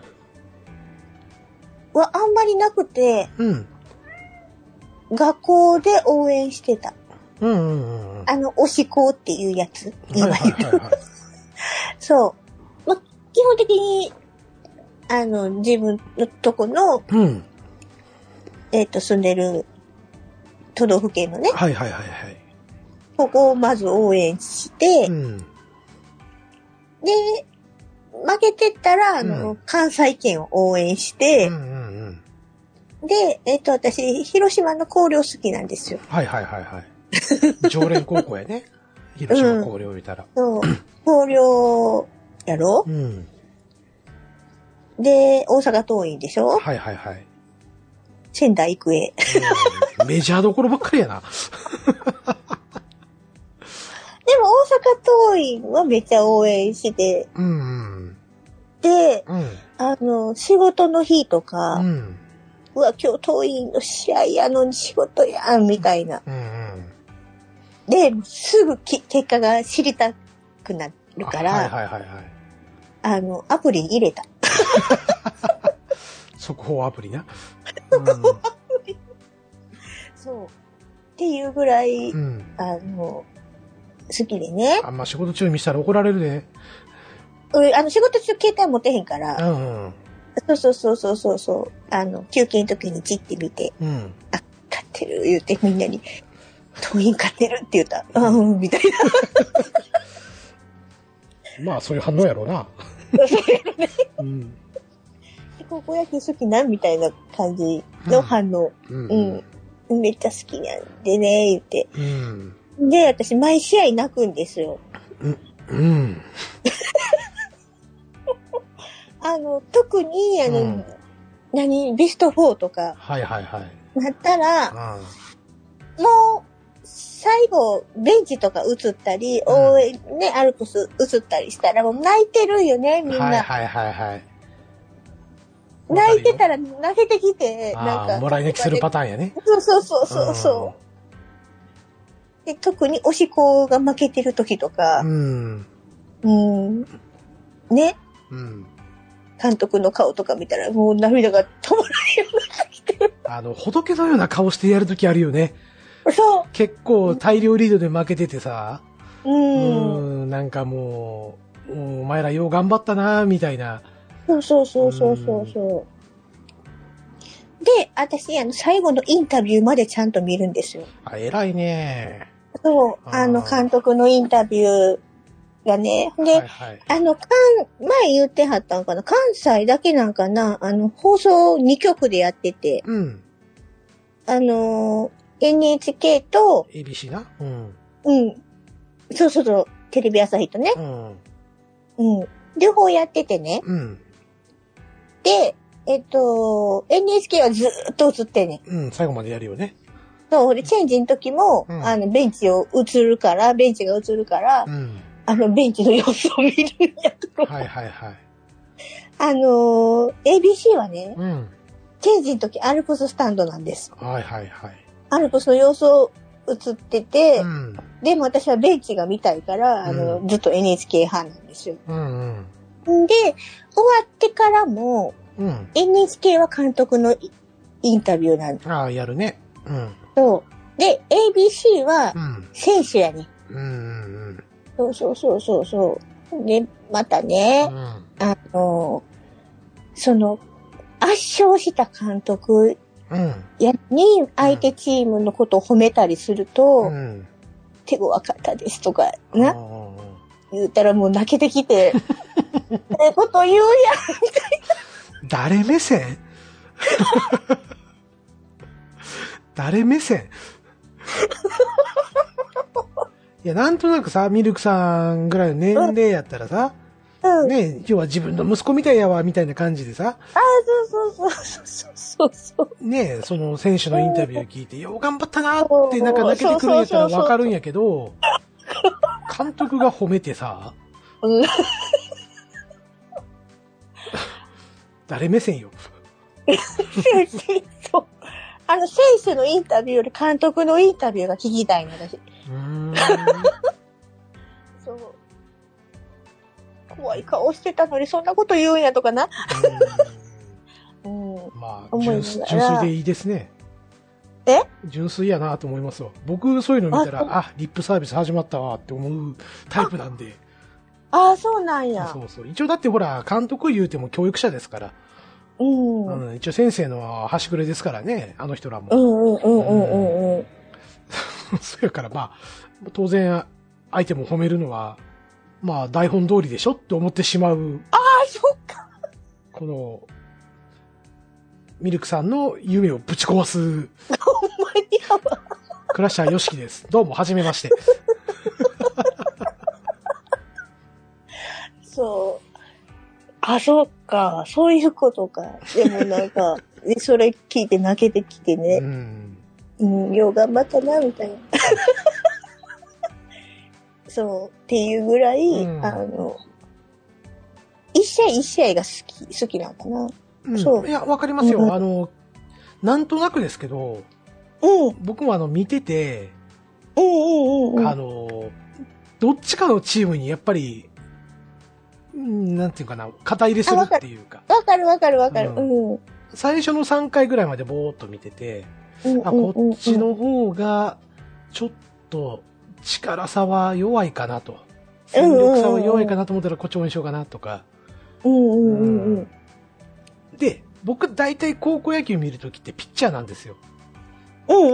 A: はあんまりなくて、
B: うん。
A: 学校で応援してた。
B: うんうんうん。
A: あの、推し校っていうやつ。今
B: はいはい
A: 言
B: はいは
A: う。
B: い
A: そう。ま、基本的に、あの、自分のとこの、
B: うん。
A: えっ、と、住んでる都道府県のね、
B: はいはいはいはい。
A: ここをまず応援して、
B: うん。
A: で、負けてったら、あの、
B: うん
A: 関西圏を応援して、
B: うんうんうん。
A: で、えっ、と、私、広島の香料好きなんですよ。
B: はいはいはい はい。常連高校やね。広島高陵見たら。
A: そう。香料やろ
B: うん。
A: で、大阪桐蔭でしょ
B: はいはいはい。
A: 仙台育英。
B: うんメジャーどころばっかりやな。
A: でも大阪桐蔭はめっちゃ応援して
B: うんうん。
A: て、
B: うん。
A: あの、仕事の日とか、
B: う。
A: うんわ、今日桐蔭の試合やのに仕事やん、みたいな。
B: うんうん。
A: で、すぐき結果が知りたくなるか
B: あはい
A: ら、
B: はいはいはい。
A: あの、アプリ入れた。
B: 速報アプリな。
A: そう。っていうぐらい
B: うん。う、ん。
A: あの、好きでね。
B: あんま仕事中に見せたら怒られるで。
A: うあの、仕事中携帯持ってへんか
B: う
A: ら、
B: んうん。
A: そうそうそうそうそうそう、あの、休憩の時にチって見て、
B: うん。
A: 買ってる言うてみんなに、当院買ってるって言った。うん、うんみたいな。
B: まあ、そういう反応やろうな。うん。
A: 高校野球好きなんみたいな感じの反応。
B: うん。
A: うん、めっちゃ好きなんでね、言って。
B: うん。
A: で、私、毎試合泣くんですよ。
B: うん。
A: あの、特に、あの、
B: うん
A: 何、ベスト4とか
B: はいはいはい。
A: なったら、
B: あ
A: もう、最後、ベンチとか映ったり、
B: うん
A: 応援、ね、アルプス映ったりしたら、もう泣いてるよね、みんな。
B: はいはいはいはい。
A: 泣いてたら泣けてきて、なん
B: あ
A: か。
B: あ、もらい泣きするパターンやね。
A: そうそうそうそうそう。で、特に推し子が負けてる時とか
B: う、ん。
A: うん、ね、
B: うん。
A: 監督の顔とか見たら、もう涙が止まらないよ
B: あの、仏のような顔してやるときあるよね。
A: うな。そ
B: 結構大量リードで負けててさ、
A: う。
B: う
A: うん。
B: ん、なんかもう、お前らよう頑張ったな、みたいな。
A: そうそうそうそうそうそう。で、私、あの、最後のインタビューまでちゃんと見るんですよ。
B: あ、偉いね。
A: そう、
B: あー
A: あの、監督のインタビューがね。で、
B: はいはい。
A: あの、関、前言ってはったんかな関西だけなんかなあの、放送2局でやってて、
B: うん。
A: あのー NHK と、
B: ABC な。うん。
A: うん、そうそうそう、テレビ朝日とね、
B: うん。
A: うん、両方やっててね。
B: うん。
A: で、えっと、NHK はずーっと映ってんねん。
B: うん。最後までやるよね。
A: そう、で、チェンジの時も、
B: うん
A: あの、ベンチを映るから、ベンチが映るから、
B: うん。
A: あの、ベンチの様子を見るんやけど、
B: はいはいはい。
A: あのー ABC はね、
B: うん。
A: チェンジの時アルプススタンドなんです。
B: はいはいはい。
A: アルプスの様子を映ってて、
B: うん。
A: でも私はベンチが見たいから、あの、
B: う
A: ずっと NHK 派なんですよ。
B: うんうん。
A: で、終わってからも、
B: うん。
A: NHK は監督のイインタビューなんだ
B: ああ、やるね。うん。
A: そうで、ABC は
B: うん。
A: 選手やね。
B: うんうん
A: そうそうそうそうそう。で、また
B: うん。
A: ね
B: う、ん。
A: あの、その、圧勝した監督
B: うん。
A: やに相手チームのことを褒めたりすると、
B: うん。
A: 手強かったですとか、
B: うん
A: な、言うたらもう泣けてき て、ええこと言うやん。
B: 誰 目線誰目線いや、なんとなくさ、ミルクさんぐらいの年齢やったらさ、
A: うん。
B: ね、要は自分の息子みたいやわ、みたいな感じでさ、
A: ああ、そうそうそうそうそうそう。
B: ね、その選手のインタビュー聞いて、よう頑張ったなって、なんか泣けてくるんやったらわかるんやけど、監督が褒めてさ、
A: うん
B: 誰 目線よ。
A: 選手そう。あの、選手のインタビューより監督のインタビューが聞きたいの、私。
B: うーん。
A: そう。怖い顔してたのに、そんなこと言うんやとかな。うん。
B: まあ、
A: 思いなが
B: 純
A: ら
B: 粋純粋でいいですね。
A: え
B: 純粋やなと思いますわ。僕、そういうの見たら、あリップサービス始まったわって思うタイプなんで。
A: ああ、そうなんや。
B: そうそう。一応だってほら、監督言うても教育者ですから。
A: うん。
B: う
A: うん
B: ん、一応先生の端くれですからね、あの人ら
A: う
B: も。
A: んうんうんうんうん。
B: そうやから、まあ、当然、相手も褒めるのは、まあ、台本通りでしょって思ってしまう、
A: ああ、そっか。
B: この、ミルクさんの夢をぶち壊す、
A: ほんまにやば。
B: クラッシャーよしきです。どうも、はじめまして。
A: そう。あ、そっか。そういうことか。でもなん か、でそれ聞いて泣けてきてね
B: う。ん。
A: うん、よう頑張ったな、みたいな。 そう、っていうぐらい、
B: うん
A: あの、一試合一試合が好き、好きなんかな。
B: うん
A: そう
B: いや、わかりますよ。
A: うん
B: あの、なんとなくですけど、
A: うん、うん、
B: 僕もあの、見てて、
A: うん、うん、うん。
B: あの、どっちかのチームにやっぱり、うんなんていうかな、肩入れするっていうか、
A: わかるわかるわかる。
B: う
A: うん。うん
B: 最初の3回ぐらいまでぼーっと見てて、
A: うん
B: あ、こっち
A: うん
B: の方が、ちょっと力差は弱いかなと。戦力差は弱いかなと思ったらこっち応援しようかなとか。
A: うんうんうんうん。
B: で、僕大体高校野球見るときってピッチャーなんですよ。
A: うんうん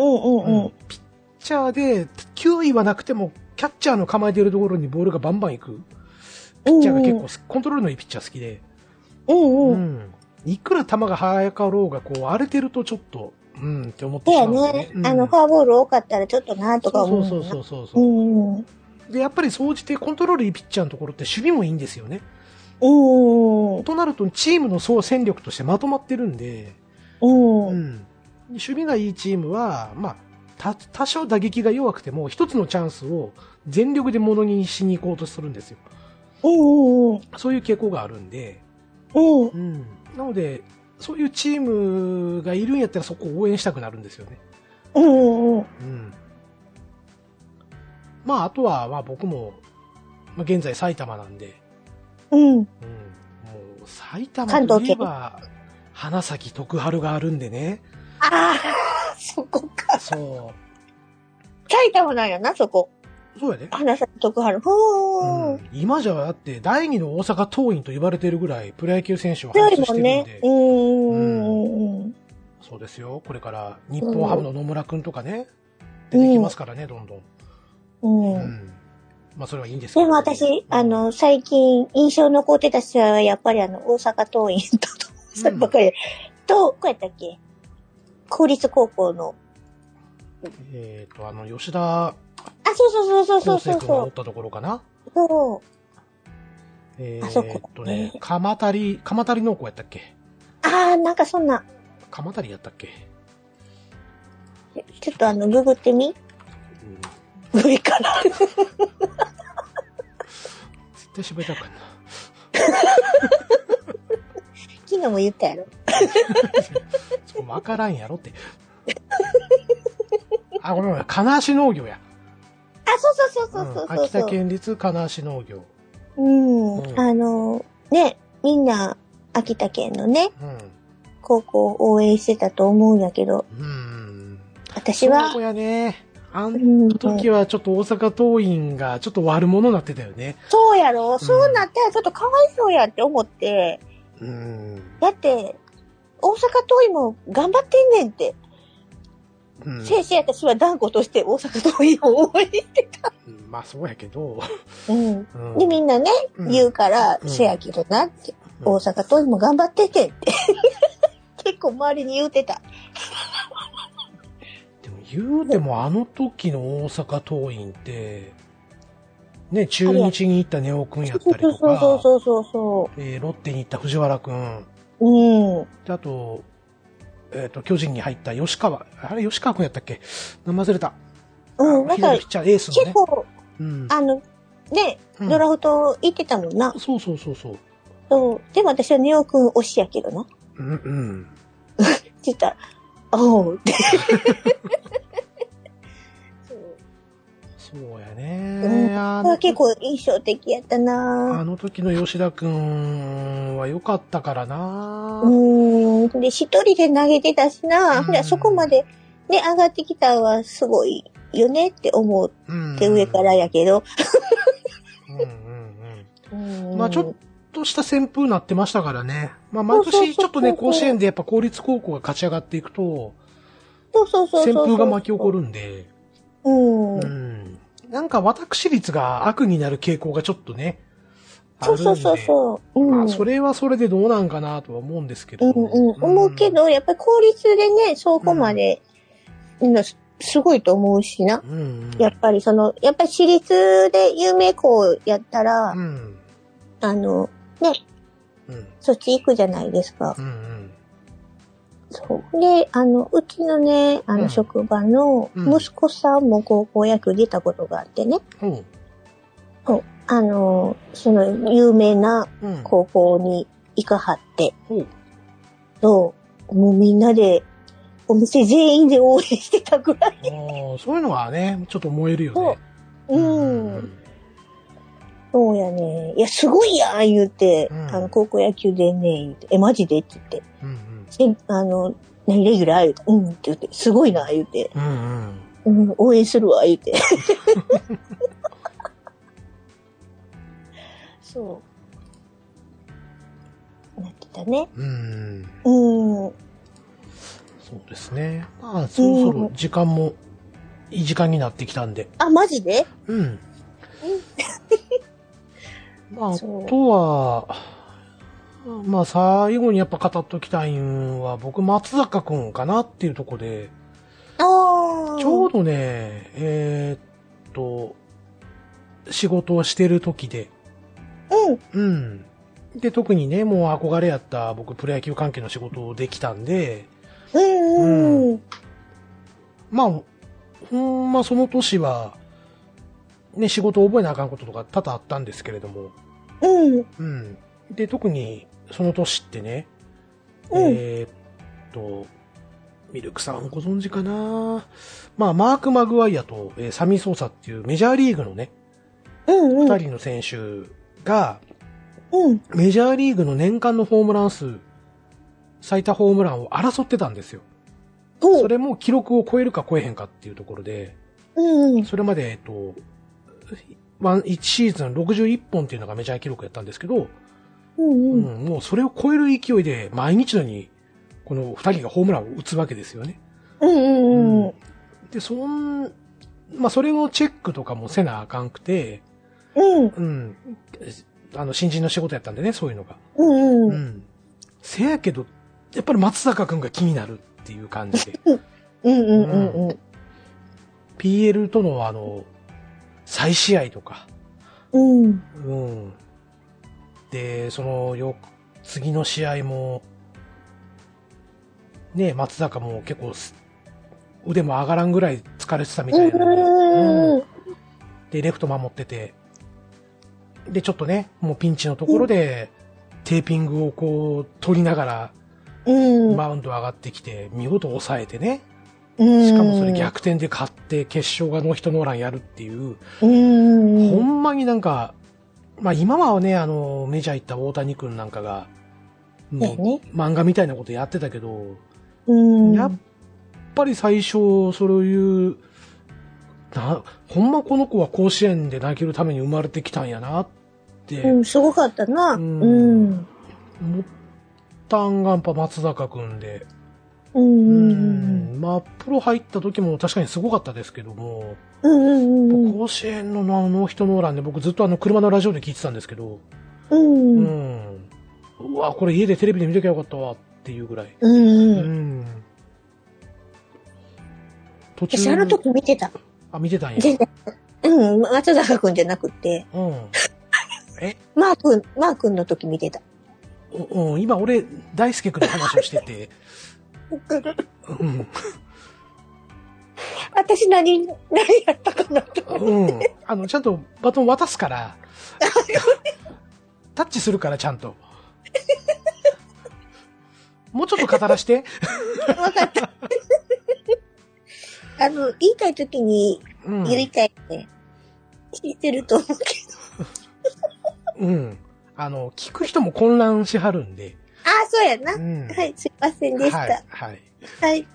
A: うんうん。
B: ピッチャーで、球威はなくても、キャッチャーの構えているところにボールがバンバン行く。ピッチャーが結構す、コントロールのいいピッチャー好きで。
A: うん
B: う
A: うん。
B: ん。いくら球が速かろうが、こう、荒れてるとちょっと、うんって思って
A: そう
B: しま
A: や
B: うんだよ
A: ね
B: ね。う。ん
A: あの、フォアボール多かったらちょっとなとか
B: そ
A: 思う
B: う
A: もんな。
B: そうそうそうそうう。
A: んうん。
B: で、やっぱり総じてコントロールいいピッチャーのところって守備もいいんですよね。
A: うん。
B: となると、チームの総戦力としてまとまってるんで、
A: うん。う。
B: うんん、守備がいいチームは、まあ、た多少打撃が弱くても一つのチャンスを全力でものにしに行こうとするんですよ
A: うんうん。
B: そういう傾向があるんで、
A: うん。
B: うん、なのでそういうチームがいるんやったらそこを応援したくなるんですよね、
A: うんうん。
B: うんまあ、あとはまあ僕も、まあ、現在埼玉なんで、
A: うん。
B: うん、もう埼玉といえば花咲徳栄があるんでね
A: ああ、そこか。
B: そ
A: 埼玉なんやな、そこ。
B: うそうやで
A: 花咲徳栄。ふ
B: う
A: ー。
B: ん今じゃだって第二の大阪桐蔭と言われてるぐらいプロ野球選手を
A: 強
B: 輩
A: い
B: 出して
A: も
B: る
A: ん
B: ん
A: ね
B: で。、
A: うんうんうん。
B: そうですよこれから日本ハムの野村君とかね出てきますからね、どんどん、
A: うん。
B: う
A: うん
B: んまあそれはいいんですけ
A: で
B: ど
A: も私、あの、最近印象残ってた試合はやっぱりあの、大阪桐蔭と、そればっかり。と、こうやったっけ公立高校の。
B: えっ、とあの吉田
A: あ、そうそうそうそう
B: 康
A: そ
B: 生
A: う
B: 君がお
A: そ
B: ったところかな
A: う。そう。
B: え
A: あそこ
B: ーっとね鎌足鎌足農校やったっけ
A: あー、なんかそんな、
B: 鎌足やったっけ、
A: ちょっとあの、ググってみ
B: うん、
A: 上から。
B: 絶対 渋谷だかんな
A: 昨日も言ったやろ。
B: そこ分からんやろって あごめんごめん金足農業や
A: あ、そうそうそうそううんそう
B: 秋
A: そう
B: 田
A: そう。
B: 県立金足農業、
A: うん。
B: うん
A: あの、ね、みんな、秋田県のね、
B: うん
A: 高校を応援してたと思うんやけど、
B: うん
A: 私は
B: そ、こやねあ
A: うんん、
B: 時はちょっと大阪桐蔭がちょっと悪者になってたよね
A: そうやろ、そうなったらちょっとかわいそうやって思って、
B: うん、
A: だって、大阪桐蔭も頑張ってんねんって、
B: うん
A: 先生私は断固として大阪桐蔭を応援してた。
B: まあそうや けど、
A: うん。
B: うん
A: で、みんなね、
B: うん
A: 言うから、
B: うん
A: せやけどなって、
B: うん
A: 大阪桐蔭も頑張ってて って、結構周りに言うてた。
B: でも言うてもあの時の大阪桐蔭ってね中日に行った根尾君やった
A: そう
B: りと
A: そうそう
B: か、
A: そうそうそ
B: えーロッテに行った藤原君
A: う。うん。
B: であと,、えー、と巨人に入った吉川あれ吉川君やったっけ名前忘れた
A: うん、なんか
B: 左ピ、ッチャーエースのね
A: 結構、
B: うん
A: あの、ね、
B: うん
A: ドラフト行ってたもんな。
B: そうそうそうそう。
A: そう。でも私はネオくん推しやけどな。って
B: うんうん。
A: 言ったら、おうって。そう
B: そうや
A: う
B: ね。
A: ん これは
B: あの
A: 結構印象的やった
B: あ
A: な
B: の時の吉田くんは良かったからな。
A: うーん。で、一人で投げてたしな
B: うん
A: でそこまでね、上がってきたはすごいよねって思っ
B: うん
A: て上からや。けど。
B: うんうん
A: うん
B: まあちょっとした旋風なってましたからね。まあ毎年ちょっ
A: そうそうそ
B: とね、
A: うそう
B: 甲子園でやっぱ公立高校が勝ち上がっていくと、
A: そうそうそうそう
B: 旋
A: そう。
B: 風が巻き起こ。るんで、
A: うん。
B: うん。なんか私立が悪になる傾向がちょっとね、ある
A: そ
B: ん
A: う
B: で。
A: そうそうそう。うん。
B: まあそれはそれでどうなんかなとは思うんですけ
A: う
B: ど。
A: んうん、思うけど、やっぱり効率でね、そこまで、うん、すすごいと思うしな。
B: うんうん。
A: やっぱりその、やっぱり私立で有名校やったら、
B: うん。
A: あの、
B: うん。
A: そっち行くじゃないですか
B: う。ん
A: そう。で、あの、うちのね、あ
B: う
A: の、
B: ん
A: 職場の
B: うん
A: 息子さんも高校野球出たことがあってね、
B: うん。おう
A: あの、その、有名な
B: うん。
A: 高校に行かはって、
B: ほう。
A: そう、もうみんなで、お店全員で応援してたぐらい。
B: あーそういうのはね、ちょっと燃えるよ
A: そ
B: ね
A: う。うん。そうやね。いや、すごいやん言うて、
B: うん
A: あの、高校野球でね、言うて、え、マジでって言って、
B: うんうん。
A: せんあの、何、レギュラー言うて、うんって言って、すごいな、言うて、
B: うんうん。
A: うん、応援するわ、言うて。そう。なってたね。
B: うん。
A: うん。
B: そうですね。まあ、そろそろ時間も、いい時間になってきたんで。
A: あ、マジで
B: うん。まあ、あ
A: そう
B: とは、まあ、最後にやっぱ語っときたいんは、僕、松坂くんかなっていうところで、
A: ああ。
B: ちょうどね、えーっと、仕事をしてる時で、
A: うん。
B: うん。で、特にね、もう憧れやった僕、プロ野球関係の仕事をできたんで、
A: うんうん。
B: まあ、ほんまその年は、ね、仕事を覚えなあかんこととか多々あったんですけれども、
A: うん。
B: うん。で、特にその年ってね、
A: うん
B: えーっと、ミルクさんご存知かなまあ、マーク・マグワイアと、えーサミー・ソーサっていうメジャーリーグのね、
A: うん。うん。
B: 二人の選手が、
A: うん。
B: メジャーリーグの年間のホームラン数、最多ホームランを争ってたんですよ。
A: お
B: それも記録を超えるか超えへんかっていうところで、
A: うん。
B: それまで、えっと、ワン1シーズン61本っていうのがメジャー記録やったんですけど、
A: うん。う
B: う
A: んん。
B: もうそれを超える勢いで毎日のように、この2人がホームランを打つわけですよね。
A: うん。うん。
B: で、そん、まあ、それをチェックとかもせなあかんくて、
A: うん。
B: うん、あの、新人の仕事やったんでね、そういうのが。
A: うん。う。
B: うんん。せやけど、やっぱり松坂くんが気になるっていう感じで。
A: うん。うん。
B: PL とのあの、再試合とか。
A: うん。
B: うん。で、その、よ、次の試合も、ね、松坂も結構す、腕も上がらんぐらい疲れてたみたいなので、うんで、レフト守ってて、で、ちょっとね、もうピンチのところで、テーピングをこう、取りながら、
A: うん。
B: マウンド上がってきて、見事抑えてね、
A: うん。
B: しかもそれ逆転で勝って、決勝がノーヒットノーランやるっていう、
A: うん。
B: ほんまになんか、まあ今はね、あの、メジャー行った大谷くんなんかが、
A: だよ
B: も
A: ね。
B: う漫画みたいなことやってたけど、
A: うん。
B: やっぱり最初、そういう、な、ほんまこの子は甲子園で投げるために生まれてきたんやなって
A: うん、すごかったな。
B: う
A: うんん。
B: 思ったんがやっぱ松坂くんで、
A: うん。うん。
B: うんまあプロ入った時も確かにすごかったですけども、
A: うん。うん。
B: 甲子園のノーヒットノーランで僕ずっとあの車のラジオで聞いてたんですけど、
A: う。
B: うんん。うわ、これ家でテレビで見ときゃよかったわっていうぐらい。
A: う。
B: うんん。途
A: 私、あの
B: 中、
A: 時見てた。
B: あ、見てたんや。
A: 全然。うん、松坂くんじゃなくて、
B: うん。
A: マー君、マー君の時見てた。
B: おうん、今俺、大輔君の話をしてて、うん。
A: 私何、何やったかなと。
B: うん。あの、ちゃんとバトン渡す から、タッチするからちゃんと。もうちょっと語らして。
A: わかった。あの、言いたい時に
B: うん。
A: 言いたいね。聞いてると思うけど。
B: うん。あの、聞く人も混乱しはるんで。
A: ああ、そうやな。
B: うん。
A: はい、すいませんでし
B: はい
A: た。。
B: はい。
A: はい。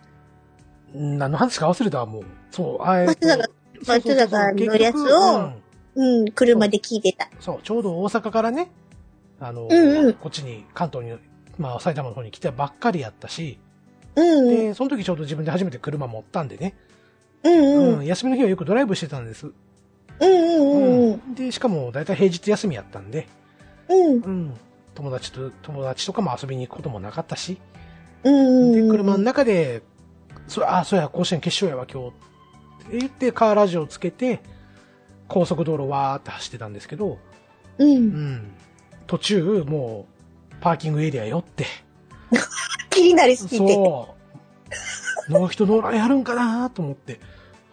B: 何の話か忘れたわ、もう。そう、あえ
A: 松坂松坂のやつをうん、車で聞いてた。
B: そう、ちょうど大阪からね、あ
A: う
B: の、
A: んうん
B: こっちに、関東に、まあ、埼玉の方に来てばっかりやったし、
A: うん、
B: で、その時ちょうど自分で初めて車持ったんでね、
A: うん、うん、
B: 休みの日はよくドライブしてたんです。
A: うん、うん、
B: で、しかも、だいたい平日休みやったんで、
A: うん、
B: うん友達と、友達とかも遊びに行くこともなかったし、
A: うん。
B: で、車の中で、そあ、そうや、甲子園決勝やわ、今日。って言って、カーラジオつけて、高速道路わーって走ってたんですけど、
A: う。
B: うんん。途中、もう、パーキングエリア寄って、
A: 気になりすぎて。
B: そう。ノーヒットノーランやるんかなと思って。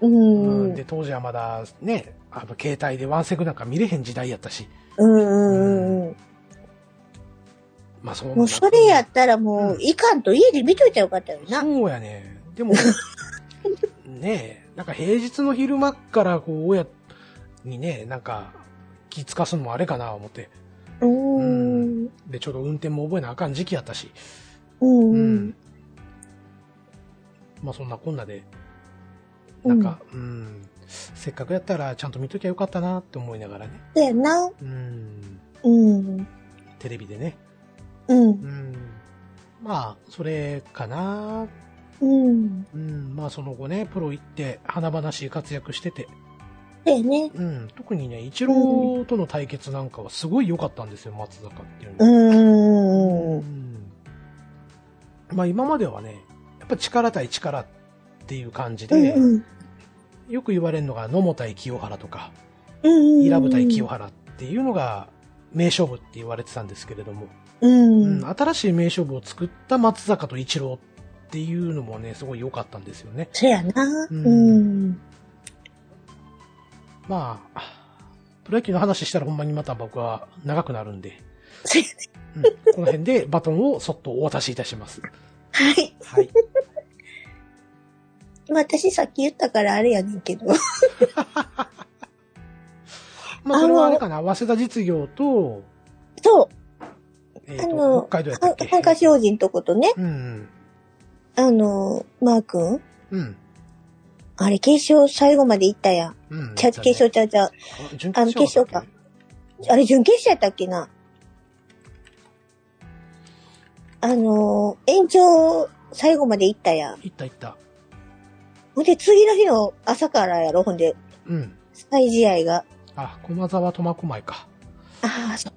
A: う。
B: うん
A: うん
B: ん。で、当時はまだ、ね、あの、携帯でワンセグなんか見れへん時代やったし、
A: うんうん。
B: まあ、そう
A: もうそれやったらもう、いかんと家で見といたらよかったよな。
B: そうやね。でも、ねえ、なんか平日の昼間っから、こう、親にね、なんか、気つかすのもあれかな、思って。
A: うーん。
B: で、ちょうど運転も覚えなあかん時期やったし。
A: うん。
B: う
A: うんん。。
B: まあそんなこんなで、
A: う
B: なんんか、うん、せっかくやったらちゃんと見ときゃよかったなって思いながらね。
A: そうやな。
B: うん。
A: うん。
B: テレビでね。
A: うん。
B: うん。まあ、それかな。
A: うん。
B: うん。まあその後ね、プロ行って、華々しい活躍してて。
A: そうやね。
B: うん。特にね、イチローとの対決なんかはすごい良かったんですよ、松坂っていうのは
A: うー。
B: うんんまあ今まではね、やっぱ力対力っていう感じで、
A: うん。
B: よく言われるのが野茂対清原とか、
A: うん。
B: 伊良部対清原っていうのが名勝負って言われてたんですけれども、
A: うん。
B: うん新しい名勝負を作った松坂と一郎っていうのもね、すごい良かったんですよね。
A: そうやな。
B: う
A: うんん。
B: まあ、プロ野球の話したらほんまにまた僕は長くなるんで、
A: そうや
B: うんこの辺でバトンをそっとお渡しいたします。
A: はい。
B: はい。
A: まあ私さっき言ったからあれやねんけど。
B: まあそれはあれかな、早稲田実業と、
A: そう。
B: え
A: あ
B: ーと、
A: の
B: 北海道やった
A: は
B: っけ
A: ハンカ商人とことね、
B: うん。
A: あの、マー君。
B: うん。
A: あれ、決勝最後まで行ったやん。
B: うん。
A: ちゃう、決勝ちゃうちゃう。
B: あ準
A: あの決勝か
B: だったっけ。
A: あれ、準決勝やったっけなあのー、延長、最後まで行ったやん。
B: いったいった。
A: ほんで、次の日の朝からやろ、ほんで、
B: うん。
A: 再試合が。
B: あ、駒沢苫小牧か。
A: ああ、そ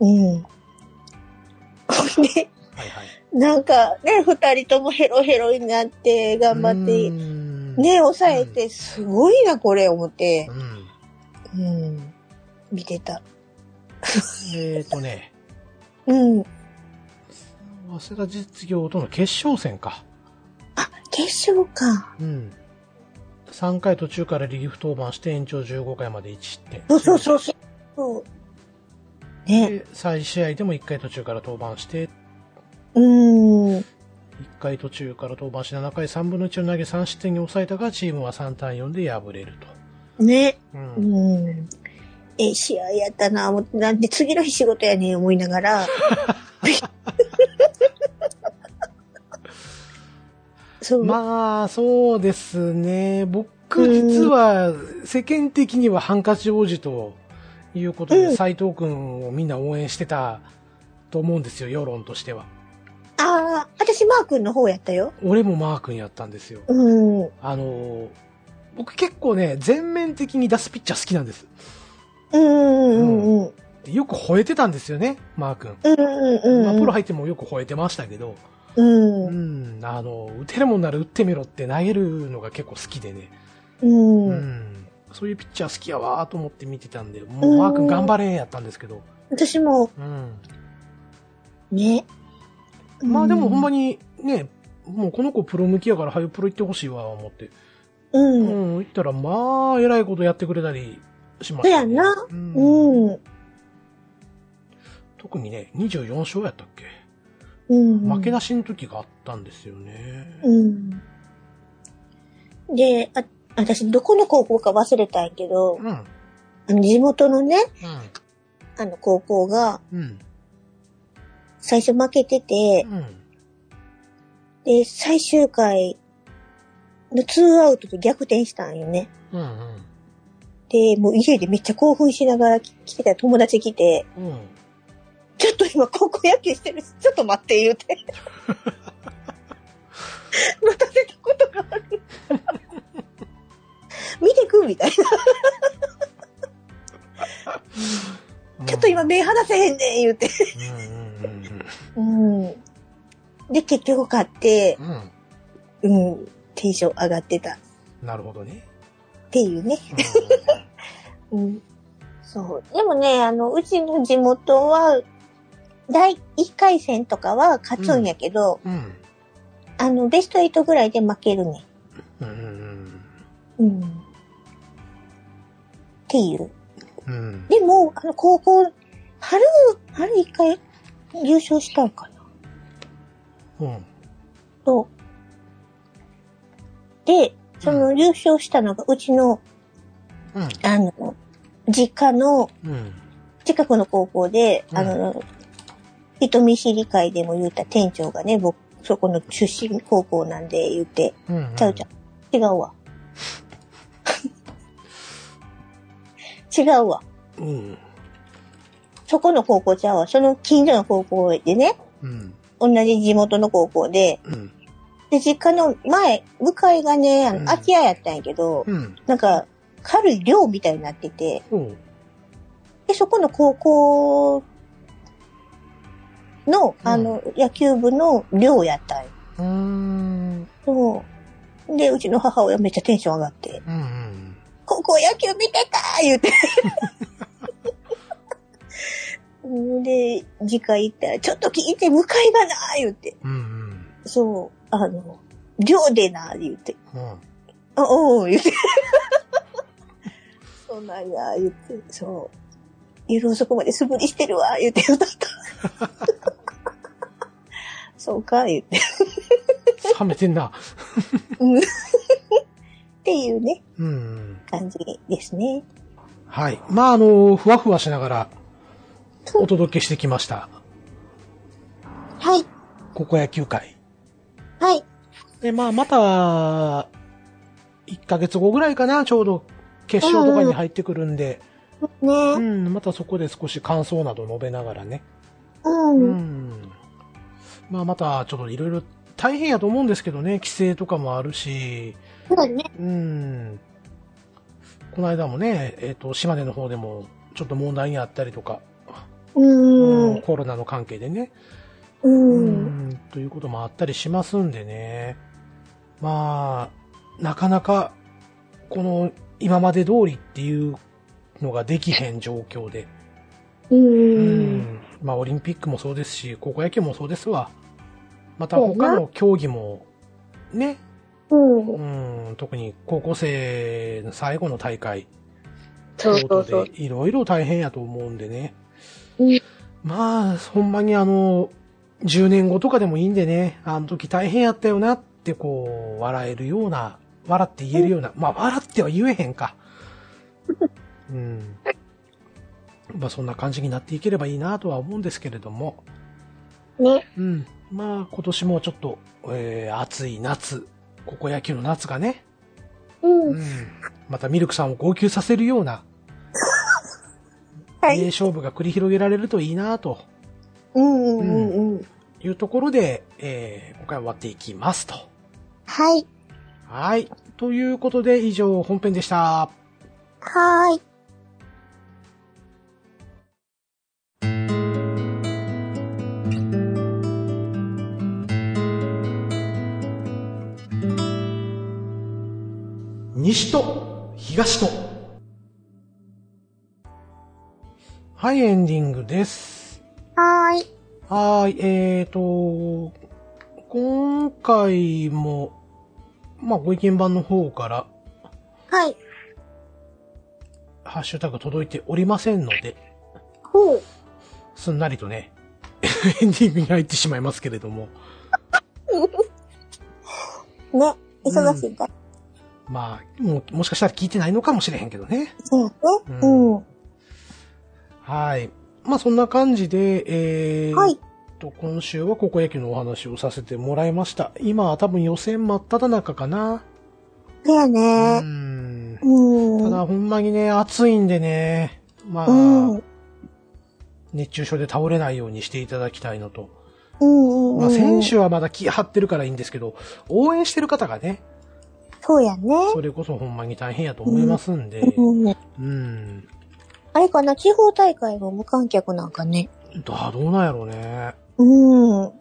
B: うん、う
A: そ。うん。ほん
B: ん
A: で、
B: はいはい。
A: なんかね、二人ともヘロヘロになって、頑張って、
B: て。
A: ね、抑えて、すごいな、これ、思って
B: う。ん。
A: うん。見てた。
B: えっ、ー、とね、
A: うん。
B: 早稲田実業との決勝戦か。
A: あ、決勝か。
B: うん。3回途中からリリーフ登板して延長15回まで1失点。
A: そうそうそうそう。そうね。
B: で再試合でも1回途中から登板して、
A: うん。
B: 1回途中から登板し7回3分の1を投げ3失点に抑えたが、チームは3対4で敗れる
A: ね。
B: と。うん
A: うん。ええ試合やったな、思って、なんで次の日仕事やねん、思いながら。 そう。
B: まあ、そうですね。僕、実は、世間的にはハンカチ王子ということ
A: う
B: で、
A: ん
B: 斎、藤くんをみんな応援してたと思うんですよ、世論としては。
A: ああ、私、マー君の方やったよ。
B: 俺もマー君やったんですよ。
A: うん。うん。
B: あのー僕結構ね、全面的に出すピッチャー好きなんです。
A: うん。うん。
B: でよく吠えてたんですよね、マー君。
A: うん。うん。
B: まあ、プロ
A: 入
B: 入ってもよく吠えてましたけど、
A: う。
B: うんん、あの、打てるもんなら打ってみろって投げるのが結構好きでね。
A: うん。
B: う
A: うん。
B: ん、そういうピッチャー好きやわーと思って見てたんで、もうマー君頑張れやったんですけど、
A: 私も、
B: うん、
A: ね。
B: まあでもほんま
A: に。
B: にね、もうこの子プロ向きやから、はよプロ行ってほしいわ、思って。
A: う。
B: うんん、行ったら、まあ、えらいことやってくれたりしました、ね。
A: そうやな
B: うん
A: うん。
B: 特にね、24勝やったっけ、
A: うん。
B: 負けなしの時があったんですよね。
A: うん。で、あ、私、どこの高校か忘れたんやけど
B: う、ん、
A: あの地元のね、
B: う
A: あの、高校が、
B: ん、うん、
A: 最初負けてて、で、最終回のツーアウトで逆転したんよね。
B: うん、うん、
A: で、もう家でめっちゃ興奮しながら来来てた友達来て、
B: うん。
A: ちょっと今高校野球してるし、ちょっと待って言うて。 待たせたことがある。 見てくみたいな。ちょっと今目離せへんねん言うて。
B: うん、うん、
A: うん。で、結局買って
B: う、ん、う
A: う
B: ん。
A: ん、テンション上がってたっ
B: なるほどね。
A: ていうね。
B: うん
A: うん。そう。でもね、あの、うちの地元は、第1回戦とかは勝つんやけど、
B: うん。
A: あの、ベスト8ぐらいで負けるね。
B: うんうん
A: うん。っていう。
B: うん。うん。
A: でも、あの、高校、春、春1回優勝したんかな。
B: うん。
A: と。で、その優勝したのが、うちの、
B: うん。
A: あの、実家の
B: うん。
A: 近くの高校で、
B: うん
A: あの、人見知り会でも言うた店長がね、僕、そこの出身高校なんで言うて、
B: うん。
A: ちゃうちゃう。違うわ。 違うわ。
B: うん。
A: そこの高校ちゃうわ。その近所の高校でね、
B: うん。
A: 同じ地元の高校で、
B: うん。
A: で、実家の前、向かいがね、あ
B: う
A: の、
B: ん
A: 空き家やったんやけど、
B: うん。
A: なんか、軽い寮みたいになってて、
B: おう。
A: で、そこの高校の、あの、野球部の寮やったんよ。
B: うーん。
A: そう。で、うちの母親めっちゃテンション上がって、
B: うんうん。
A: 高校野球見てたー言うて。 で、次回行ったら、ちょっと聞いて、向かいがなー言うて。
B: うんうん。
A: そう、あの、寮でなー言うて。
B: うん。
A: あ、おうん、言って。 そうなんや、言って、そう。夜遅くまで素振りしてるわ、言って歌った。 そうか、言って。
B: 冷めてんな。
A: うん っていうね、
B: うんうん。
A: 感じですね。
B: はい。まあ、あの、ふわふわしながらお届けしてきました。
A: はい、
B: 高校野球会。
A: はい、
B: で、まあ、また、1ヶ月後ぐらいかな、ちょうど、決勝とかに入ってくるんで、う
A: ね、
B: ん、またそこで少し感想など述べながらね。
A: うん、
B: う
A: うん、
B: ん。まあ、また、ちょっといろいろ大変やと思うんですけどね、規制とかもあるし、
A: そうだね。
B: うん。この間もね、えっ、と、島根の方でも、ちょっと問題にあったりとか、
A: う
B: うん
A: ん、
B: コロナの関係でね、
A: うん、
B: うんということもあったりしますんでね。まあ、なかなか、この、今まで通りっていうのができへん状況で。
A: うん、
B: まあ、オリンピックもそうですし、高校野球もそうですわ。また他の競技も、ね、
A: うん、
B: うん、特に高校生の最後の大会と
A: そ
B: いうう
A: そ
B: こ
A: うそ
B: と
A: う。
B: で、いろいろ大変やと思うんでね
A: うん。
B: まあ、ほんまにあの、10年後とかでもいいんでね、あの時大変やったよなってこう、笑えるような、笑って言えるような、まあ笑っては言えへんか。うん。まあそんな感じになっていければいいなとは思うんですけれども。
A: ね、
B: うん。まあ今年もちょっと、えー、暑い夏、高校野球の夏がね、
A: う、
B: うんんまたミルクさんを号泣させるような、
A: はい
B: 名勝負が繰り広げられるといいなと
A: うん、うん、うん。
B: いうところで、えー今回は終わっていきますと。
A: はい、
B: はい。ということで、以上本編でした。
A: はーい。
B: 西と東と。はい、エンディングです。
A: はーい。
B: はい、えーと、今回も、まあ、ご意見番の方から、
A: はい。
B: ハッシュタグ届いておりませんので、
A: ほう。
B: すんなりとね、 エンディングに入ってしまいますけれども、
A: ね、忙しいから。
B: まあ、もうもしかしたら聞いてないのかもしれへんけどね。
A: そうね。
B: う
A: うんん。
B: はい。まあそんな感じで、えー、
A: はい。
B: と、今週は高校野球のお話をさせてもらいました。今は多分予選真っ只中かな。
A: だよ
B: うー
A: ね。
B: ん。
A: うん。
B: ただほんまにね、暑いんでね、まあ、
A: うん。うん
B: 熱中症で倒れないようにしていただきたいのと。
A: うんうん。
B: まあ選手はまだ気張ってるからいいんですけど、応援してる方がね、
A: そうやね。
B: それこそほんまに大変やと思いますんで、
A: うん。
B: うん。
A: あれかな、地方大会は無観客なんかね。
B: だ、どうなんやろうね。
A: うん。
B: ど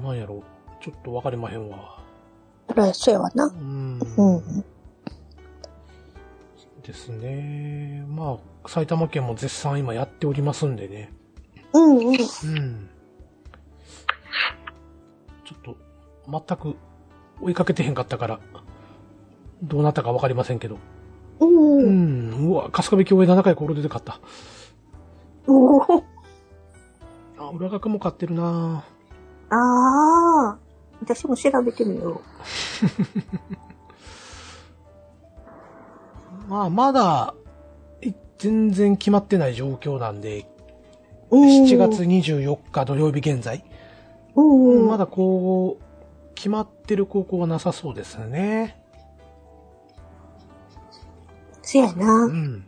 B: うなんやろう。ちょっとわかりまへんわ。
A: そら、そうやわ
B: う
A: な。
B: ん。
A: うん。
B: ですね。まあ、埼玉県も絶賛今やっておりますんでね。
A: うんうん。
B: うん。ちょっと、全く追いかけてへんかったから、どうなったかわかりませんけど。
A: う。
B: うんん。うわ、春日部共栄7回コール出て勝った。
A: おー
B: あ、浦学も勝ってるな
A: ああ。私も調べてみよ
B: まあ、まだ、全然決まってない状況なんで、
A: おー
B: 7月24日土曜日現在、
A: おー
B: まだこう、決まってる高校はなさそうですね。
A: そや
B: う
A: な。
B: ん。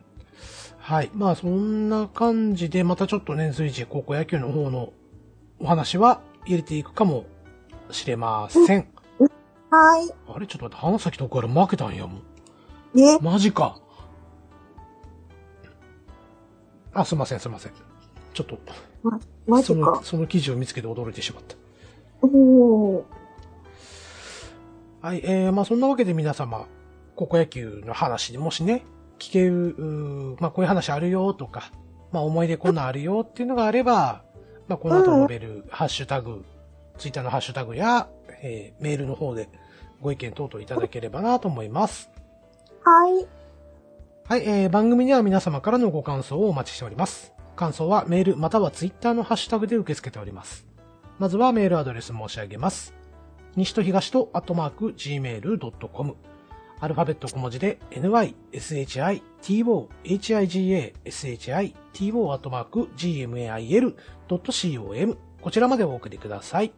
B: はい。まあそんな感じで、またちょっとね、随時高校野球の方のお話は入れていくかもしれません。
A: はい。
B: あれちょっと待って、花咲徳から負けたんやもん。
A: ね。
B: マジか。あ、すいません、すいません。ちょっと、
A: ま、マ
B: そ
A: ジ
B: の
A: か。
B: その記事を見つけて驚いてしまった。
A: おー
B: はい、えー、まあそんなわけで皆様、高校野球の話でもしね、聞ける、うーまあこういう話あるよとか、まあ思い出こんなんあるよっていうのがあれば、まあこの後述べるハッシュタグ、ツイッターのハッシュタグや、えーメールの方でご意見等々いただければなと思います。
A: はい。
B: はい、えー、番組では皆様からのご感想をお待ちしております。感想はメールまたはツイッターのハッシュタグで受け付けております。まずはメールアドレス申し上げます。西と東とアットマーク gmail.com アルファベット小文字で nyshitohiga.shito アットマーク gmail.com こちらまでお送りください。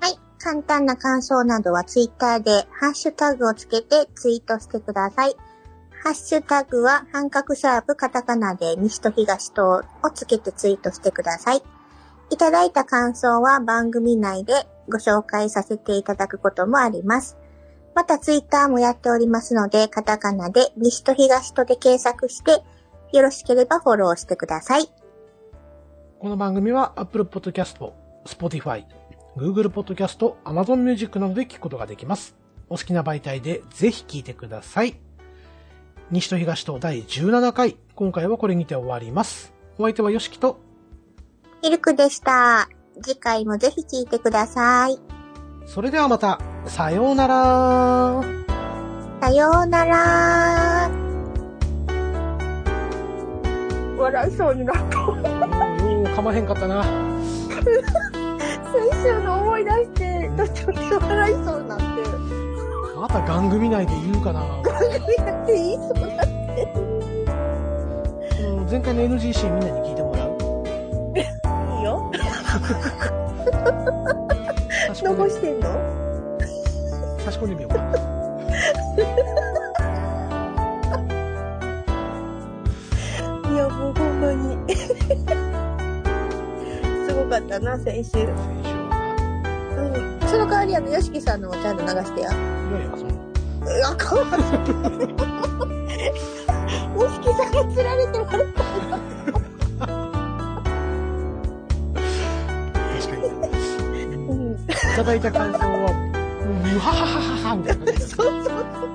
A: はい。簡単な感想などはツイッターで、ハッシュタグをつけてツイートしてください。ハッシュタグは、半角シャープカタカナで、西と東とをつけてツイートしてください。いただいた感想は番組内でご紹介させていただくこともあります。またツイッターもやっておりますので、カタカナで、西と東とで検索して、よろしければフォローしてください。
B: この番組は Apple Podcast、Spotify、Google Podcast、Amazon Music などで聞くことができます。お好きな媒体でぜひ聞いてください。西と東と第17回、今回はこれにて終わります。お相手はよしきと、
A: ミルクでした。次回もぜひ聞いてください。
B: それではまた、さようなら
A: さようなら。笑いそうになっ
B: うん、ようかまへんかったな。
A: た。最初の思い出して、ちょっと笑いそうになって。
B: また番組内で言うかな。
A: やっていいそうな。
B: うん前回の NGC みんなに聞いてもらう。
A: いいよ。
B: 差し込ん
A: 残
B: で
A: してんの
B: 差し込んでみようか。
A: いや、もうほんまに。 すごかったな、先週。うん。
B: 先
A: そ
B: 週は
A: の代わり、あの、よしきさんのもちゃんと流してや。
B: な。いやいや、そんな。
A: うわ、 かわいい。よしきさんが釣られて笑っ
B: 確かに。
A: た。うん。
B: いただいた感想は、うんうわはははははみたいな感じで
A: そうそうそう。